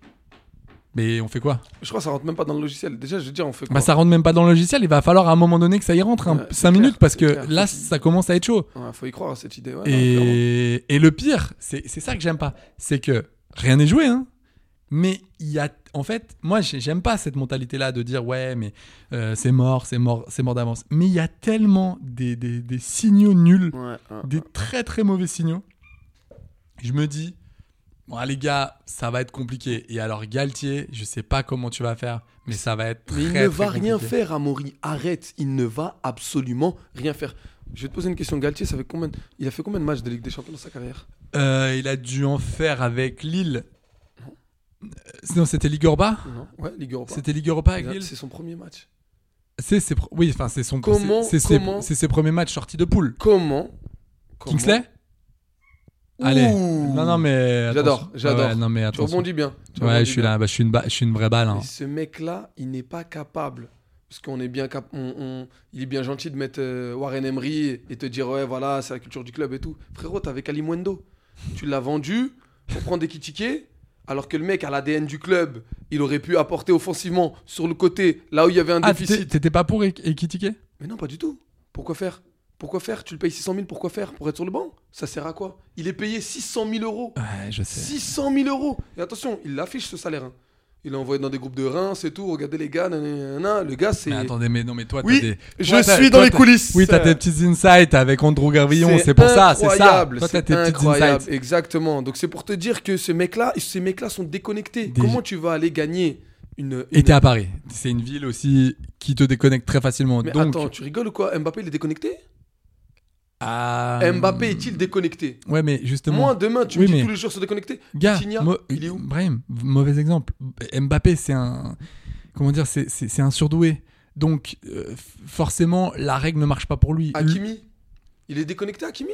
Mais on fait quoi
Je crois que ça rentre même pas dans le logiciel. Déjà, je veux dire, on fait quoi
Bah ça rentre même pas dans le logiciel. Il va falloir à un moment donné que ça y rentre.
Ouais,
5
c'est
minutes
clair,
parce
c'est
que
clair.
là ça commence à être chaud.
Ouais, faut y croire à cette idée. Ouais, non, clairement.
Et, et le pire, c'est c'est ça que j'aime pas, c'est que rien n'est joué, hein. Mais il y a, en fait, moi j'ai- j'aime pas cette mentalité-là de dire ouais, mais euh, c'est mort, c'est mort, c'est mort d'avance. Mais il y a tellement des, des- des signaux nuls,
ouais,
des très très mauvais signaux. Je me dis, bon ah, les gars, ça va être compliqué. Et alors Galtier, je sais pas comment tu vas faire, mais ça va être très,
Mais il ne
très
va rien
compliqué.
faire, Amaury. Arrête, il ne va absolument rien faire. Je vais te poser une question, Galtier. Ça fait combien de- Il a fait combien de matchs de Ligue des Champions dans sa carrière
Euh, il a dû en faire avec Lille. Euh, Non, c'était Ligorba.
Non Ouais, Ligue Europa.
C'était Ligue Europa avec
Il a-
Lille
C'est son premier match.
C'est ses pro- oui, enfin c'est son
Comment-
c'est c'est ses-
comment-
c'est ses premiers matchs sortis de poule.
Comment, comment-
Kingsley Allez.
Ouh.
Non non mais attention.
J'adore, j'adore.
Ouais, ouais, non mais
Tu
attention.
rebondis bien. tu
Ouais,
rebondis
je suis
bien.
là, bah, je suis une ba- je suis une vraie balle hein.
Mais ce mec-là, il n'est pas capable. Parce qu'on est bien cap- on- on- il est bien gentil de mettre euh, Warren Emery et, et te dire ouais voilà c'est la culture du club et tout. Frérot, t'avais Kalimundo, tu l'as vendu pour prendre des tickets, alors que le mec à l'ADN du club, il aurait pu apporter offensivement sur le côté là où il y avait un
Ah, t'étais
déficit.
t'étais pas pour Ek- Ekitike
Mais non, pas du tout. Pourquoi faire Pourquoi faire Tu le payes 600 000, pourquoi faire Pour être sur le banc Ça sert à quoi Il est payé 600 000 euros.
Ouais, je sais.
600 000 euros Et attention, il l'affiche ce salaire. hein. Il l'a envoyé dans des groupes de Reims et tout. Regardez les gars, nanana, le gars c'est.
Mais attendez, mais non mais toi
Oui,
t'as des
je
toi, t'as-
suis
toi,
dans les
t'as-
coulisses.
Oui, t'as tes petites insights avec Andrew Garvillon, c'est pour ça, c'est ça.
incroyable,
Toi t'as
c'est
tes petites
incroyable,
insights.
Exactement. Donc c'est pour te dire que ces mecs-là, ces mecs-là sont déconnectés.
Des-
Comment tu vas aller gagner une.
Et
une-
t'es à Paris. C'est une ville aussi qui te déconnecte très facilement.
Mais
Donc
attends, tu rigoles ou quoi Mbappé il est déconnecté
ah,
Mbappé est-il déconnecté
Ouais, mais justement.
Moi demain, tu
Oui,
me dis
mais-
tous les jours se déconnecter.
Gars,
Vitinha,
mo-
il est où
Brahim, mauvais exemple. Mbappé, c'est un. Comment dire C'est c'est- c'est un surdoué. Donc, euh, f- forcément, la règle ne marche pas pour lui.
Hakimi Il est déconnecté, Hakimi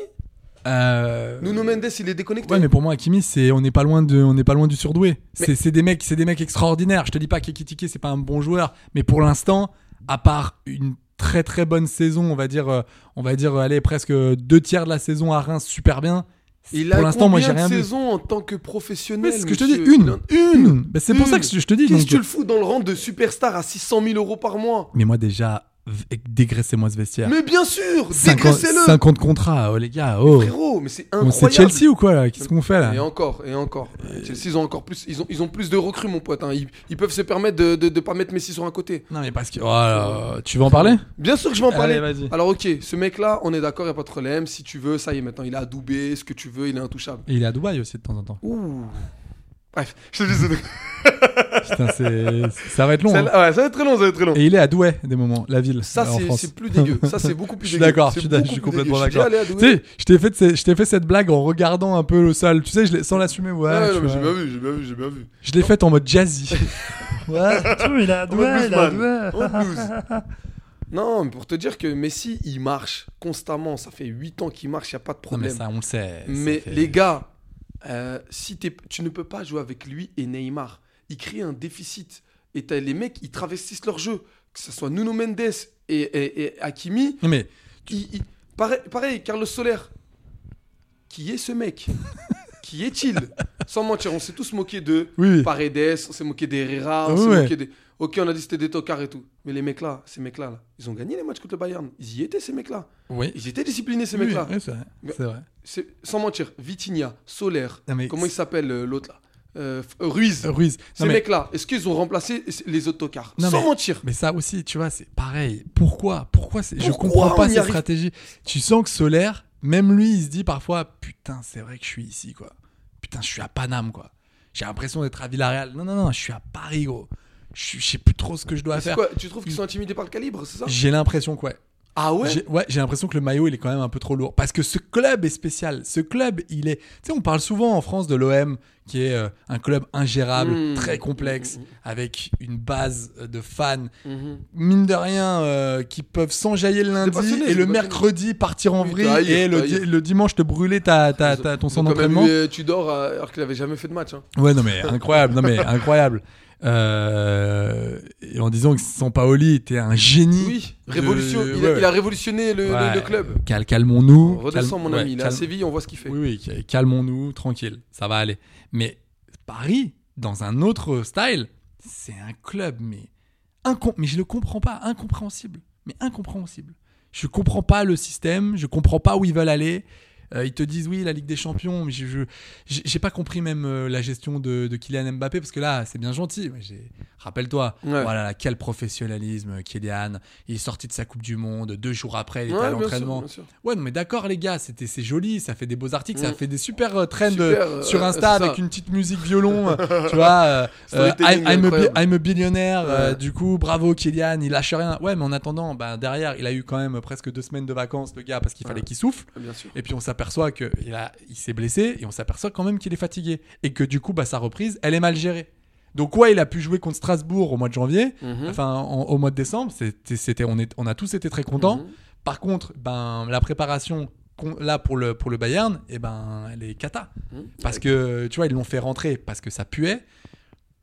Euh,
Nuno Mendes, il est déconnecté.
Ouais, mais pour moi, Hakimi, c'est on n'est pas loin de, on n'est pas loin du surdoué. C'est- C'est des mecs, c'est des mecs extraordinaires. Je te dis pas qu'Ekitike c'est pas un bon joueur, mais pour l'instant, à part une très très bonne saison, on va dire, euh, on va dire, euh, allez, presque deux tiers de la saison à Reims, super bien.
Il
pour
a
l'instant, moi, j'ai
combien de
rien vu.
saisons en tant que
Mais
professionnel
c'est ce que je te dis,
monsieur
une,
Il en-
une. Ben, c'est pour
Une.
ça que je, je te dis.
Qu'est-ce
donc,
que tu le fous dans le rang de superstar à 600 000 euros par mois
Mais moi déjà, v- dégraissez-moi ce vestiaire.
Mais bien sûr,
50,
dégraissez-le
50 contrats, oh les gars, oh.
Frérot, mais c'est
On-
incroyable
C'est Chelsea ou quoi là Qu'est-ce qu'on fait
Et
là Euh,
encore, et encore. Chelsea, ils ont encore plus, ils ont, ils ont plus de recrues, mon pote. hein. Ils, ils peuvent se permettre de, de, de pas mettre Messi sur un côté.
Non mais parce que... Oh, là, tu veux en parler
Bien sûr que je vais en parler.
Allez, vas-y.
Alors, ok, ce mec-là, on est d'accord, y a pas de problème. Si tu veux, ça y est, maintenant, il a adoubé, ce que tu veux, il est intouchable.
Et il est à Dubaï aussi de temps en temps.
Ouh. Bref, je te dis
Putain, c'est- ça va être long.
ça.
hein.
ouais, ça va être très long, ça va être très long.
Et il est à Douai des moments, la ville.
Ça,
en
c'est-
France.
c'est plus dégueu. Ça,
[LAUGHS]
c'est beaucoup plus
Je suis
dégueu.
d'accord,
C'est
je suis d'ac- je
beaucoup
suis
plus
complètement
dégueu. Je suis
d'accord.
déjà allé à
Tu
Douai.
sais, je t'ai fait, ce- je t'ai fait cette blague en regardant un peu le sol. Tu sais, je l'ai- sans l'assumer, ouais.
Ah ouais,
tu
non, mais
vois.
j'ai bien vu, j'ai bien vu, j'ai bien vu.
je l'ai faite en mode
[LAUGHS]
jazzy. [LAUGHS] ouais, il est à
Douai,
Douai,
blues, il est à man. Douai. En blues. Non, mais pour te dire que Messi, il marche constamment. Ça fait 8 ans qu'il marche, il n'y a pas de
Non mais
problème.
ça, on le sait. ça
Mais
fait-
les gars, euh, si t'es- tu ne peux pas jouer avec lui et Neymar. Il crée un déficit. Et t'as les mecs, ils travestissent leur jeu. Que ce soit Nuno Mendes et, et, et Hakimi.
Non mais...
il- il- pareil, pareil, Carlos Soler. Qui est ce
[LAUGHS]
mec Qui est-il Sans mentir, on s'est tous moqués de
Oui.
Paredes, on s'est moqué d'Herrera, on
Ah
s'est
ouais.
moqué des... Ok, on a dit c'était des tocards et tout. Mais les mecs là, ces mecs là, ils ont gagné les matchs contre le Bayern. Ils y étaient ces mecs là.
Oui.
Ils étaient disciplinés ces
Oui,
mecs là.
oui, c'est vrai.
Mais-
C'est vrai.
C'est- sans mentir, Vitinha, Soler,
Non, mais
comment
c'est-
il s'appelle euh, l'autre là Euh, F- euh, Ruiz.
Ruiz. Non,
Ces
mais-
mecs-là, est-ce qu'ils ont remplacé les autres tocards
Non,
Sans
mais-
mentir.
Mais ça aussi, tu vois, c'est pareil. Pourquoi Pourquoi, c'est- Je
Pourquoi
comprends pas
on y
cette
arrive-
stratégie. Tu sens que Solaire, même lui, il se dit parfois Putain, c'est vrai que je suis ici, quoi. Putain, je suis à Paname, quoi. J'ai l'impression d'être à Villarreal. Non, non, non, je suis à Paris, gros. je je sais plus trop ce que je dois
C'est
faire.
quoi Tu trouves qu'ils sont intimidés par le calibre, c'est ça
J'ai l'impression que ouais.
Ah
J'ai- Ouais, j'ai l'impression que le maillot il est quand même un peu trop lourd parce que ce club est spécial. Ce club, il est. Tu sais, on parle souvent en France de l'OM qui est euh, un club ingérable,
Hmm.
très complexe, avec une base euh, de fans,
Mhm.
mine de rien, euh, qui peuvent s'enjailler le lundi
passionnés,
et
des
le
passionnés.
mercredi partir en
Oui,
vrille
t'as ailleurs,
et le,
t'as
di-
ailleurs.
le dimanche te brûler ta, ta- ta- ton
Ils
son
ont quand même
d'entraînement.
eu, euh, Tudor euh, alors qu'il avait jamais fait de match. hein.
Ouais, non, mais incroyable,
[LAUGHS]
non, mais incroyable. Euh, et en disant que Sampaoli était un génie.
Oui,
de-
révolution. il, a,
Hmm. ouais,
il a
ouais.
révolutionné le, le-
Ouais,
le club.
cal- calmons-nous.
Redescends
calme-
mon
ouais,
ami, là, à
calme-
Séville, on voit ce qu'il fait.
Oui, oui, cal- calmons-nous, tranquille, ça va aller. Mais Paris, dans un autre style, c'est un club, mais, incom- mais je le comprends pas, incompréhensible. Mais incompréhensible. Je comprends pas le système, je comprends pas où ils veulent aller. Euh, ils te disent oui, la Ligue des Champions, mais je- je j'ai j'ai pas compris même euh, la gestion de, de Kylian Mbappé parce que là, c'est bien gentil. mais j'ai- Rappelle-toi,
Ouais.
voilà là, quel professionnalisme, euh, Kylian. Il est sorti de sa Coupe du Monde deux jours après, il était
Ouais,
à
bien sûr,
l'entraînement.
bien sûr.
Ouais, non, mais d'accord, les gars, c'était c'est joli, ça fait des beaux articles, ça
Mm.
fait des super euh, trends
Super,
euh,
euh,
sur
[LAUGHS] euh,
Insta
c'est ça.
avec une petite musique violon, euh,
[LAUGHS]
tu vois. euh, euh,
Storytelling
I'm, I'm a, bi-
incroyable.
I'm a billionaire, euh,
Ouais.
du coup, bravo Kylian, il lâche rien. Ouais, mais en attendant, bah, derrière, il a eu quand même presque deux semaines de vacances, le gars, parce qu'il fallait qu'il souffle.
Bien sûr.
Et puis on s'aperçoit que il a- il s'est blessé et on s'aperçoit quand même qu'il est fatigué et que du coup bah sa reprise elle est mal gérée. Donc ouais il a pu jouer contre Strasbourg au mois de janvier, enfin en- au mois de décembre, c'était c'était- on, est- on a tous été très contents. Par contre ben la préparation qu'on- là pour le pour le Bayern et ben elle est cata
Hmm.
parce que tu vois ils l'ont fait rentrer parce que ça puait.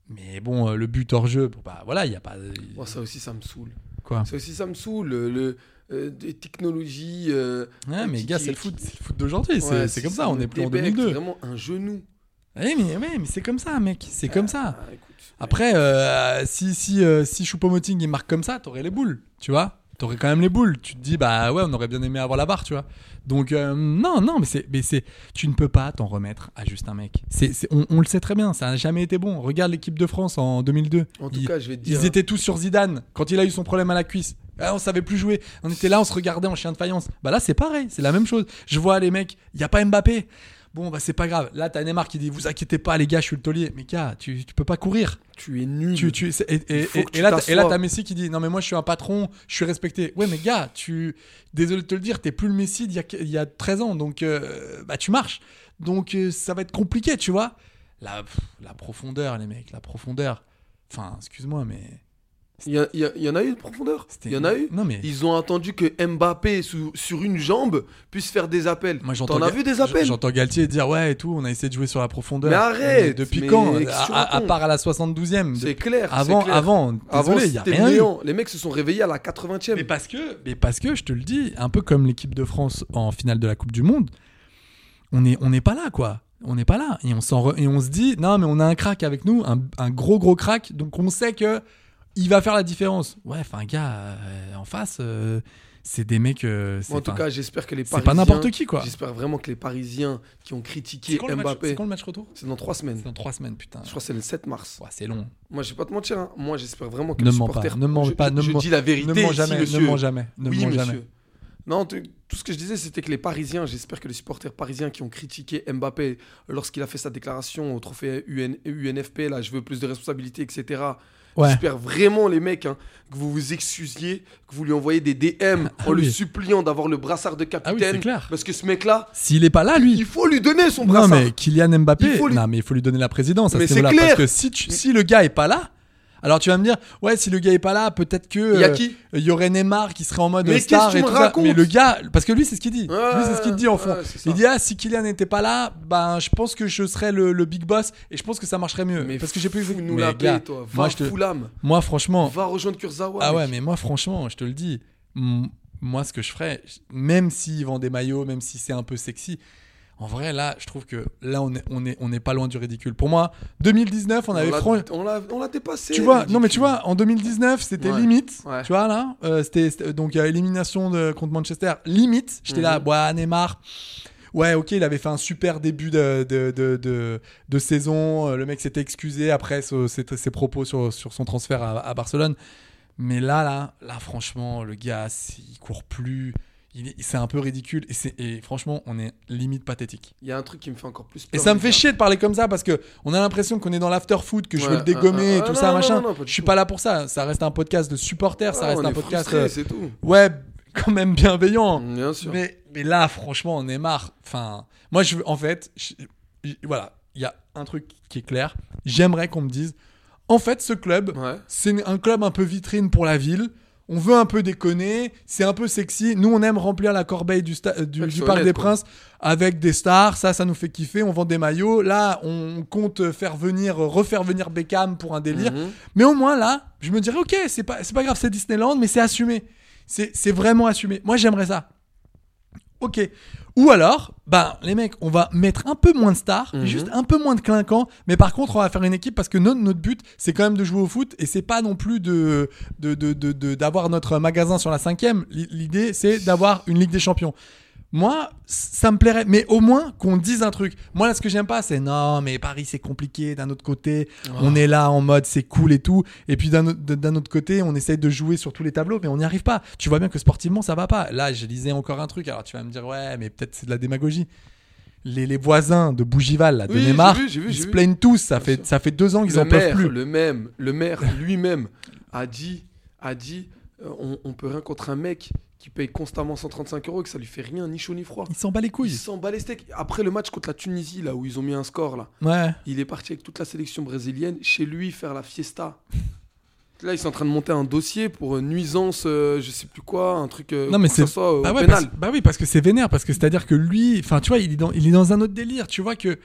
Mais bon euh, le but hors jeu bon, bah voilà il y a pas
Oh, ça aussi, ça me saoule.
quoi.
Ça aussi, ça me saoule. Le, le- euh, des technologies. euh,
Ouais, mais
qui-
gars
qui-
c'est le foot c'est le foot d'aujourd'hui c'est
Ouais,
c'est comme ça on
me
est plus en
débecte,
2002.
C'est vraiment un genou.
Ouais, Eh, mais, ouais, mais c'est comme ça, mec. C'est comme ça.
Ah, écoute.
Après, euh, si, si, euh, si Choupo-Moting il marque comme ça, t'aurais les boules, tu vois. T'aurais quand même les boules. Tu te dis, bah ouais, on aurait bien aimé avoir la barre, tu vois. Donc, euh, non, non, mais c'est, mais c'est, tu ne peux pas t'en remettre à juste un mec. C'est, c'est- on, on le sait très bien, ça n'a jamais été bon. Regarde l'équipe de France en 2002.
En tout
Ils-
cas, je vais te dire. hein.
Ils étaient tous sur Zidane quand il a eu son problème à la cuisse. Ah, on savait plus jouer. On était là, on se regardait en chien de faïence. Bah là, c'est pareil, c'est la même chose. Je vois les mecs, il y a pas Mbappé. Bon, bah c'est pas grave. Là, t'as Neymar qui dit Vous inquiétez pas, les gars, je suis le taulier. Mais gars, tu, tu peux pas courir.
Tu es nul.
Tu, tu, c'est- et, et-
Mm. Il faut
et-
que tu
et là, t'as- et là,
t'assoies.
t'as Messi qui dit Non, mais moi, je suis un patron, je suis respecté. Ouais, mais gars, tu. Désolé de te le dire, t'es plus le Messi d'il y a, il y a 13 ans. Donc, euh, bah, tu marches. Donc, euh, ça va être compliqué, tu vois. La, pff, la profondeur, les mecs, la profondeur. Enfin, excuse-moi, mais.
Il y, a- il y a- il y en a eu de profondeur.
C'était-
Il y en a eu.
Non, mais-
Ils ont attendu que Mbappé sous- sur une jambe puisse faire des appels.
Moi, j'entends
T'en as
Ga-
vu des appels
J'entends Galtier dire ouais et tout, on a essayé de jouer sur la profondeur.
Mais arrête,
Mais Depuis
mais
quand
qu'est-ce que
à,
tu
à- à
racontes
part à la 72e. de-
C'est clair. c'est
Avant,
clair.
avant,
Avant,
désolé, il y a
c'était
rien eu.
néant. Les mecs se sont réveillés à la 80 e
Mais parce que, mais parce que je te le dis, un peu comme l'équipe de France en finale de la Coupe du Monde, on est, on n'est pas là quoi. On n'est pas là et on s'en re- et on se dit non mais on a un crack avec nous, un, un gros gros crack, donc on sait que il va faire la différence. Ouais, enfin gars, euh, en face, euh, c'est des mecs. euh, c'est
en tout
pas-
cas, j'espère que les
c'est pas
Parisiens.
n'importe qui, quoi.
J'espère vraiment que les Parisiens qui ont
c'est
critiqué
quand le match- c'est
Mbappé.
quand le match retour
C'est dans 3 semaines.
C'est dans trois semaines putain.
Je crois que c'est le 7 mars.
Ouais, c'est long.
Moi, je vais pas te mentir. hein. Moi, j'espère vraiment que
Ne
les
mens pas,
supporters.
ne mens
Je-
pas,
je,
ne
je
mens-
dis la vérité.
ne mens
ici,
jamais, ne
monsieur.
mens jamais, ne
oui,
mens
monsieur.
jamais.
Non, tu- tout ce que je disais, c'était que les Parisiens, j'espère que les supporters parisiens qui ont critiqué Mbappé lorsqu'il a fait sa déclaration au trophée UN UNFP, là, je veux plus de responsabilités, etc.
Ouais.
J'espère vraiment, les mecs, hein, que vous vous excusiez, que vous lui envoyez des DM en
Ah oui. Ah
le suppliant d'avoir le brassard de capitaine.
clair.
Parce que ce mec-là,
S'il est pas là, lui.
il faut lui donner son
Non,
brassard.
mais Kylian Mbappé,
Il faut lui-
non, mais il faut lui donner la présidence à
Mais
ce
c'est
niveau-là.
clair.
Parce que si, tu- si le gars est pas là, alors tu vas me dire, ouais, si le gars est pas là, peut-être que.
Il y a
euh,
qui
Il y aurait Neymar qui serait en mode
Mais
euh,
qu'est-ce
star
que tu
et
me
tout ça.
racontes
Mais le gars, parce que lui, c'est ce qu'il dit.
Ouais,
lui, c'est ce qu'il dit en
ouais,
fond.
c'est ça.
il dit, ah, si Kylian n'était pas là, ben, je pense que je serais le, le big boss et je pense que ça marcherait mieux.
Mais
parce que j'ai plus.
fous-nous
Mais
la
gars,
paix, toi. Va
moi, je te-
Fulham.
moi, franchement,
Va rejoindre Kurzawa.
ah
mec.
ouais, mais moi, franchement, je te le dis, m- moi, ce que je ferais, je- même s'ils vendent des maillots, même si c'est un peu sexy, en vrai, là, je trouve que là, on est, on est, on est pas loin du ridicule. Pour moi, 2019, on avait
l'a-
franchi.
on l'a- on l'a dépassé.
Tu vois,
ridicule.
non mais tu vois, en 2019, c'était
Ouais.
limite.
Ouais.
Tu vois là, euh, c'était c'était- donc euh, élimination de, contre Manchester, limite. J'étais là,
Mhm.
ouais, Neymar. Ouais, ok, il avait fait un super début de, de, de, de- de saison. euh, Le mec s'était excusé après ce- ses, ses propos sur, sur son transfert à, à Barcelone. Mais là, là, là, franchement, le gars, c'est- il court plus. il est- c'est un peu ridicule et, c'est- et franchement, on est limite pathétique.
Il y a un truc qui me fait encore plus peur. hein.
Et ça me
les
fait
gars.
chier de parler comme ça parce que on a l'impression qu'on est dans l'after food, que je
Ouais,
veux le dégommer
euh,
et
euh,
tout
non,
ça,
non,
machin.
non, non, pas du
je suis
tout.
pas là pour ça. Ça reste un podcast de supporters, ça
Ah,
reste
on
un
est
podcast.
frustrés,
euh,
c'est Mm. tout.
ouais, [LAUGHS] quand même bienveillant.
Bien sûr.
Mais, mais là, franchement, on est marre. Enfin, moi, je, veux- en fait, je- je- voilà, il y a un truc qui est clair. J'aimerais qu'on me dise, en fait, ce club,
Ouais.
c'est un club un peu vitrine pour la ville. On veut un peu déconner, c'est un peu sexy. Nous, on aime remplir la corbeille du, sta- euh, du,
Ouais,
du
qu'ils soient
Parc des
honnêtes, quoi.
Princes avec des stars. Ça, ça nous fait kiffer. On vend des maillots. Là, on compte faire venir, euh, refaire venir Beckham pour un délire.
Mhm.
Mais au moins, là, je me dirais, ok, c'est pas, c'est pas grave, c'est Disneyland, mais c'est assumé. C'est c'est vraiment assumé. Moi, j'aimerais ça. Ok. Ou alors, ben, les mecs, on va mettre un peu moins de stars, juste un peu moins de clinquants, mais par contre, on va faire une équipe parce que notre, notre but, c'est quand même de jouer au foot et c'est pas non plus de de- de- de- de- d'avoir notre magasin sur la cinquième. L'i- L'idée, c'est d'avoir une Ligue des Champions. Moi, c- ça me plairait, mais au moins qu'on dise un truc. Moi, là, ce que j'aime pas, c'est non, mais Paris, c'est compliqué. D'un autre côté,
Oh.
on est là en mode c'est cool et tout. Et puis d'un autre- d'un autre côté, on essaye de jouer sur tous les tableaux, mais on n'y arrive pas. Tu vois bien que sportivement, ça va pas. Là, je lisais encore un truc. Alors tu vas me dire, ouais, mais peut-être c'est de la démagogie. Les, les voisins de Bougival, là, de
Oui, j'ai
Neymar,
vu, j'ai vu,
ils
j'ai
se
vu.
plaignent tous. Ça fait, ça fait deux ans qu'ils
le
en peuvent
maire,
plus.
Le même, le maire lui-même a dit, a dit, euh, on, on peut rien contre un mec qui paye constamment 135 euros et que ça lui fait rien, ni chaud ni froid.
Ils s'en bat les
Il
couilles.
s'en bat les steaks. Après le match contre la Tunisie, là où ils ont mis un score, là,
Ouais.
il est parti avec toute la sélection brésilienne chez lui faire la fiesta. Là, ils sont en train de monter un dossier pour euh, nuisance, euh, je sais plus quoi, un truc. euh,
Non mais
pour que
c'est
ça soit euh, au
bah, ouais,
pénal.
parce- bah oui parce que c'est vénère parce que c'est à dire que lui enfin tu vois il est dans il est dans un autre délire tu vois que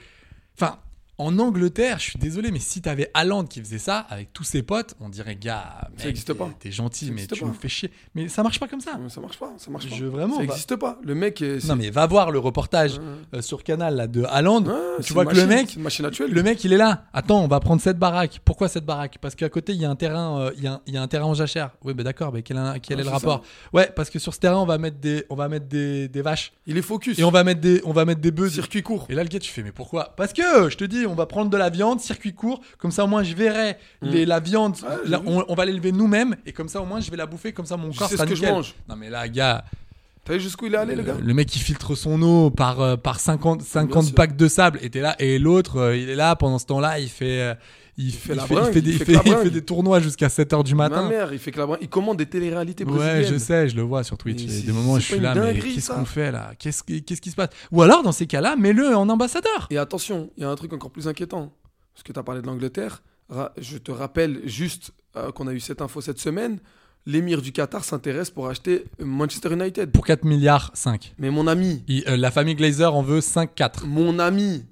enfin en Angleterre je suis désolé mais si t'avais Haaland qui faisait ça avec tous ses potes on dirait gars mec,
existe
t'es-
pas.
t'es gentil
Ça
mais
existe
tu
pas.
nous fais chier mais ça marche pas comme ça
Non, mais ça marche pas, ça marche pas.
Je- vraiment,
ça
bah-
n'existe pas. Le mec, euh, c'est
non mais va voir le reportage euh, sur Canal là de Haaland
Ouais, hein, c'est
tu vois
une
que le
machine,
mec
c'est une machine à tuer, lui.
le mec il est là attends on va prendre cette baraque pourquoi cette baraque parce qu'à côté il y a un terrain euh, il y, a un- il y a un terrain en jachère oui bah d'accord mais quel, est- quel est
Ouais,
le
Ah, c'est ça.
rapport ouais parce que sur ce terrain on va mettre des on va mettre des, des vaches
il est focus.
et on va mettre des on va mettre des bœufs
circuit court.
Et là, le gars, tu fais, mais pourquoi Parce que, je te dis, on va prendre de la viande, circuit court, comme ça au moins je verrai
Mmh.
les, la viande,
Ah,
la- on, on va l'élever nous-mêmes, et comme ça au moins je vais la bouffer, comme ça mon
Je
corps
sais
sera
ce que je
nickel.
mange.
Non mais là, gars,
T'as vu jusqu'où il est allé, le gars
euh, le mec il filtre son eau par, euh, par 50, 50
sûr.
packs de sable, et t'es là, et l'autre, euh, il est là, pendant ce temps-là, il fait... euh, il,
fait
il
la
fait, il
bringue,
fait des,
il fait
il fait-
que la
il fait
bringue.
des tournois jusqu'à 7h du
Ma
matin.
mère, il fait que la brin- il commande des téléréalités brésiliennes.
Ouais, je sais, je le vois sur Twitch.
Mais
Il y a
c'est-
des moments où
c'est
je suis
pas
là,
une
mais
dinguerie,
qu'est-ce
ça.
qu'on fait là Qu'est-ce qui qu'est-ce qui se passe Ou alors, dans ces cas-là, mets-le en ambassadeur.
Et attention, il y a un truc encore plus inquiétant. Parce que tu as parlé de l'Angleterre. Ra- Je te rappelle juste euh, qu'on a eu cette info cette semaine. L'émir du Qatar s'intéresse pour acheter Manchester United.
Pour 4 milliards 5.
Mais mon ami,
Il- euh, la famille Glazer en veut 5-4.
mon ami,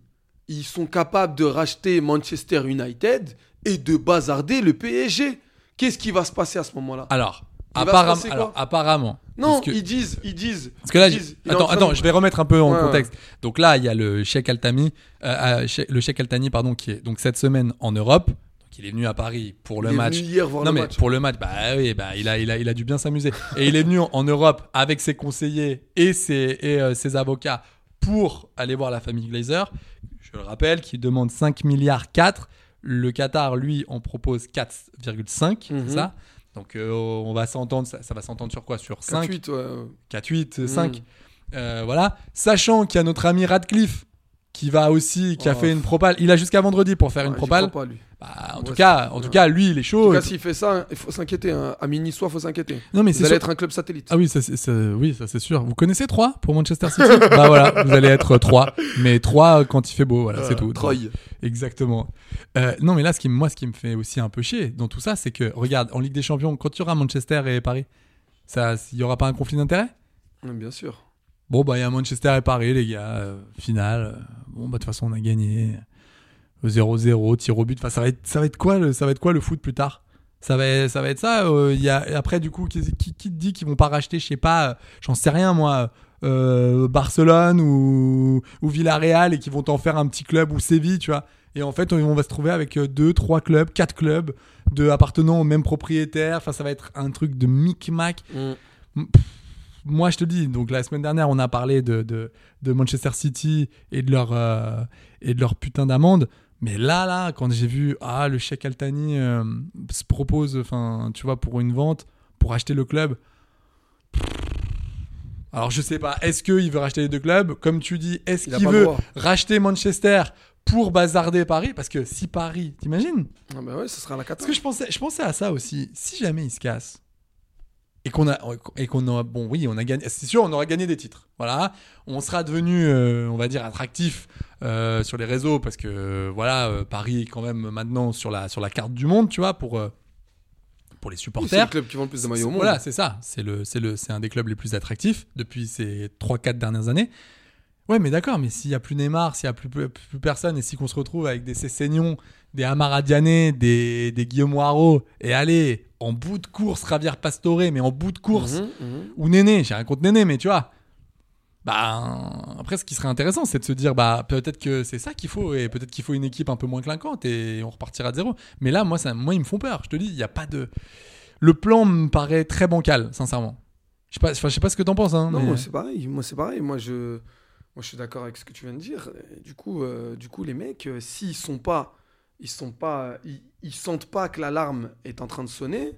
ils sont capables de racheter Manchester United et de bazarder le PSG. Qu'est-ce qui va se passer à ce moment-là
Alors,
Il va se
apparemment-
passer quoi
alors, apparemment.
Non,
Ah, parce que,
ils disent, ils disent.
parce que là,
ils
j'ai-
disent, il est en
attends,
train
attends,
de-
je vais remettre un peu en
Ouais, ouais.
contexte. Donc là, il y a le Sheikh Altami, euh, euh, Sheikh- le Sheikh Altani, pardon, qui est donc cette semaine en Europe. Donc il est venu à Paris pour le
Il est
match.
venu hier voir
non
le
mais
match.
pour le match, bah oui, bah il a, il a, il a dû bien s'amuser. Et il est venu en, en Europe avec ses conseillers et ses, et, euh, ses avocats pour aller voir la famille Glazer. Je le rappelle, qui demande 5 milliards 4. Le Qatar, lui, en propose 4,5.
Mhm.
c'est Ça. Donc euh, on va s'entendre, ça, ça va s'entendre sur quoi Sur 5
Ensuite, euh, ouais.
4,
Mhm.
8, 5. Euh, voilà. Sachant qu'il y a notre ami Radcliffe qui va aussi, qui a
Oh.
fait une propale. Il a jusqu'à vendredi pour faire
Ouais,
une
j'y
propale.
crois pas, lui.
Bah, en tout
Ouais,
cas,
c'est-
en tout
ouais.
cas, lui, il est
En tout
chaud.
cas, s'il fait ça, il faut s'inquiéter. hein. À Mini, soit faut s'inquiéter.
Non, mais
Vous
c'est
allez
sûr-
être un club satellite.
Ah oui, ça, c'est- ça- oui, ça c'est sûr. Vous connaissez 3 pour Manchester City Bah voilà, vous allez être 3. Mais 3 quand il fait beau, voilà, c'est tout.
Troy.
Exactement. Euh, non, mais là, ce qui, moi, ce qui me fait aussi un peu chier dans tout ça, c'est que, regarde, en Ligue des Champions, quand tu auras Manchester et Paris, ça, il n'y aura pas un conflit d'intérêt
Oui, Bien sûr.
Bon, bah, il y a Manchester et Paris, les gars. euh, finale. Euh, Bon, bah, de toute façon, on a gagné. 0-0, tir au but. Enfin, ça va être, ça va être, quoi, le, ça va être quoi le foot plus tard ça va, ça va être ça. euh, il y a, et après, du coup, qui, qui, qui te dit qu'ils vont pas racheter, je sais pas, euh, j'en sais rien, moi, euh, Barcelone ou, ou Villarreal et qu'ils vont t'en faire un petit club ou Séville, tu vois. Et en fait, on, on va se trouver avec euh, deux, trois clubs, quatre clubs de, appartenant au même propriétaire. Enfin, ça va être un truc de micmac moi je te dis, donc la semaine dernière on a parlé de, de, de Manchester City et de leur, euh, et de leur putain d'amende. Mais là, là, quand j'ai vu, ah, le chèque Altani euh, se propose, enfin, tu vois, pour une vente, pour acheter le club. Alors je sais pas, est-ce qu'il veut racheter les deux clubs Comme tu dis, est-ce
Il a
qu'il
pas le
veut
droit.
racheter Manchester pour bazarder Paris Parce que si Paris, t'imagines
Ah bah ouais, ce sera la
Parce
4.
que je pensais, je pensais à ça aussi. Si jamais il se casse et qu'on a et qu'on a bon oui on a gagné c'est sûr on aura gagné des titres voilà on sera devenu euh, on va dire attractif euh, sur les réseaux parce que euh, voilà euh, Paris est quand même maintenant sur la sur la carte du monde tu vois pour euh, pour les
C'est
supporters
le club qui vend le plus de maillots au monde.
voilà, c'est ça. C'est le, c'est le, c'est un des clubs les plus attractifs depuis ces 3-4 dernières années. Ouais, mais d'accord, mais s'il y a plus Neymar, s'il y a plus, plus, plus personne, et si qu'on se retrouve avec des Cessignon, des Amaradiané, des, des Guillaume Waro, et allez, en bout de course, Javier Pastore, mais en bout de course,
Mhm,
ou Néné, j'ai rien contre Néné, mais tu vois. Bah, après, ce qui serait intéressant, c'est de se dire, bah, peut-être que c'est ça qu'il faut, et peut-être qu'il faut une équipe un peu moins clinquante, et on repartira de zéro. Mais là, moi, ça, moi, ils me font peur. Je te dis, il n'y a pas de. Le plan me paraît très bancal, sincèrement. Je sais pas, enfin, je sais pas ce que t'en penses. Hein,
Non,
mais-
moi c'est pareil. Moi c'est pareil. Moi je, moi je suis d'accord avec ce que tu viens de dire. Et Du coup, euh, du coup les mecs, euh, s'ils sont pas, ils sont pas, ils, ils sentent pas que l'alarme est en train de sonner,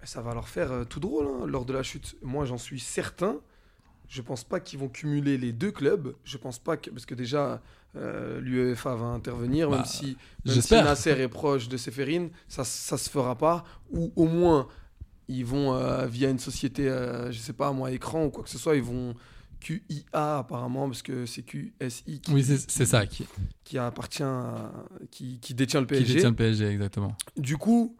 ben, ça va leur faire euh, tout drôle hein, lors de la chute. Moi j'en suis certain. Je pense pas qu'ils vont cumuler les deux clubs. Je pense pas que parce que déjà euh, l'UEFA va intervenir,
Bah,
même si, même si
j'espère.
Nasser est proche de Seferin, ça ça se fera pas. Ou au moins ils vont euh, via une société, euh, je sais pas moi, écran ou quoi que ce soit, ils vont QIA apparemment parce que c'est QSI qui,
Oui, c'est c'est ça qui,
qui appartient, à- qui, qui détient le
qui
PSG.
détient le PSG, exactement.
Du coup,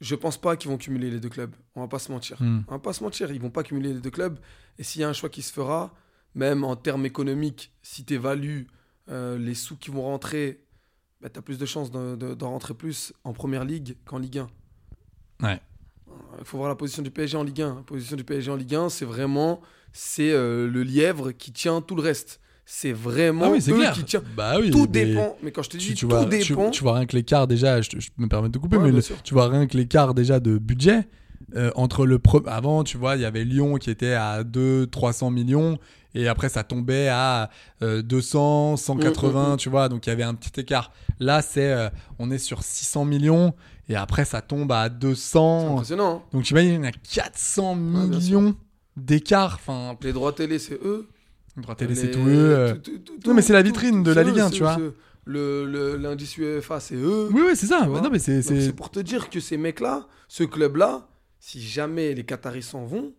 je pense pas qu'ils vont cumuler les deux clubs. On va pas se mentir.
Hmm.
On va pas se mentir, ils vont pas cumuler les deux clubs. Et s'il y a un choix qui se fera, même en termes économiques, si tu évalues les sous qui vont rentrer, bah, tu as plus de chances de- de- d'en rentrer plus en première ligue qu'en Ligue 1.
Ouais.
Il faut voir la position du PSG en Ligue 1. La position du PSG en Ligue 1, c'est vraiment c'est euh, le lièvre qui tient tout le reste. C'est vraiment
Ah oui, c'est
eux
clair.
qui tient.
Bah oui,
tout
mais
dépend. Mais quand je te dis
Tu, tu
tout
vois, tu,
dépend,
tu vois rien que l'écart déjà, je, te- je me permets de te couper,
Ouais,
mais
bien
le-
sûr.
tu vois rien que l'écart déjà de budget. euh, entre le pre- avant, tu vois, il y avait Lyon qui était à 2 300 millions et après ça tombait à euh, 200
Mm,
180, tu vois, donc il y avait un petit écart. Là, c'est euh, on est sur 600 millions et après ça tombe à
c'est
200.
impressionnant. hein.
Donc tu imagines, il y en a 400
Ouais, bien sûr.
millions d'écart. Enfin,
Les droits télé, c'est eux.
droit télé,
Les-
c'est tout eux. euh.
tout- tout- tout-
Non, mais c'est la
tout-
vitrine de
tout-
la
c'est
Ligue
eux,
1,
c'est
tu
eux,
vois.
c'est eux. Le, le- l'indice UEFA, c'est eux.
Oui, oui, c'est ça.
tu vois.
Non, mais c'est.
Donc,
c'est-
C'est pour te dire que ces mecs-là, ce club-là, si jamais les Qataris s'en vont,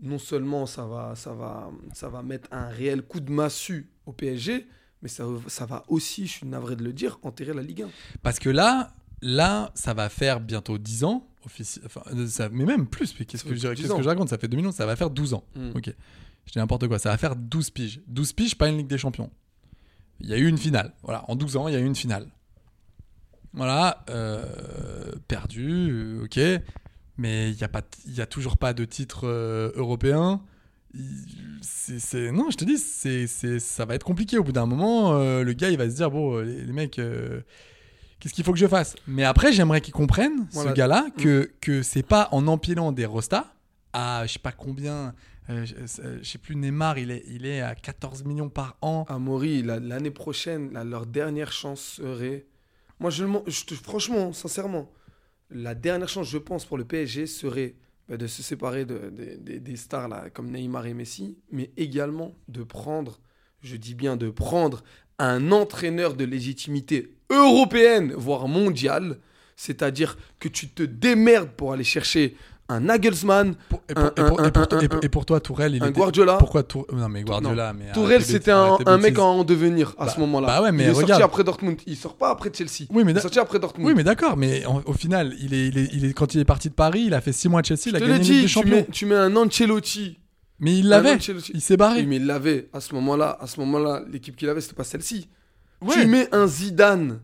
non seulement ça va, ça, va, ça va mettre un réel coup de massue au PSG, mais ça, ça va aussi, je suis navré de le dire, enterrer la Ligue 1.
Parce que là, là, ça va faire bientôt 10 ans. offici- Enfin, euh, ça... Mais même plus. Mais qu'est-ce
Ça
que,
fait
je...
10
qu'est-ce que
ans.
je raconte Ça fait 2000 ans, ça va faire 12 ans.
Mm.
Ok. Je dis n'importe quoi. Ça va faire 12 piges. 12 piges, pas une Ligue des Champions. Il y a eu une finale. Voilà. En 12 ans, il y a eu une finale. Voilà. euh, Perdu. euh, Ok. Mais il n'y a, pas t- il y a toujours pas de titre euh, européen. Il- c'est- c'est- non, je te dis, c'est, c'est- ça va être compliqué. Au bout d'un moment, euh, le gars, il va se dire, bon, euh, les, les mecs, euh, qu'est-ce qu'il faut que je fasse Mais après, j'aimerais qu'ils comprennent,
Voilà. Mm.
ce gars-là, que, que c'est pas en empilant des rostas à je sais pas combien, euh, je, euh, je sais plus, Neymar, il est, il est à 14 millions par an.
Amaury, Ah, la- l'année prochaine, la- leur dernière chance serait. Moi, je, le mon- je te- franchement, sincèrement, la dernière chance, je pense, pour le PSG serait bah, de se séparer de- des- des- des stars là, comme Neymar et Messi, mais également de prendre, je dis bien de prendre, un entraîneur de légitimité européenne, voire mondiale. C'est-à-dire que tu te démerdes pour aller chercher un Nagelsmann,
Pour- et, pour,
Un-
et pour-
un-
et pour
un-
toi-
un-
et pour- et pour toi, Tourelle, il
un
était-
Guardiola.
Pourquoi Tour- Non, mais Guardiola, mais.
Tourelle,
arrête tes
c'était
bêtises,
un,
arrête tes
un mec
bêtises.
en devenir à
Bah-
ce moment-là.
bah ouais, mais
il est
regarde.
sorti après Dortmund. Il sort pas après Chelsea.
Oui, mais
il
da-
est sorti après Dortmund.
Oui, mais d'accord, mais en- au final, il est, il est- il est- quand il est parti de Paris, il a fait 6 mois à Chelsea, il a
Je te
gagné
l'ai
la Ligue
dit,
des
tu
Champions.
mets, Ah tu mets un Ancelotti.
Mais il
Un
l'avait,
Ancelotti.
il s'est barré.
Oui, mais il l'avait à ce moment-là. À ce moment-là, l'équipe qu'il avait, c'était pas celle-ci.
Ouais.
Tu mets un Zidane.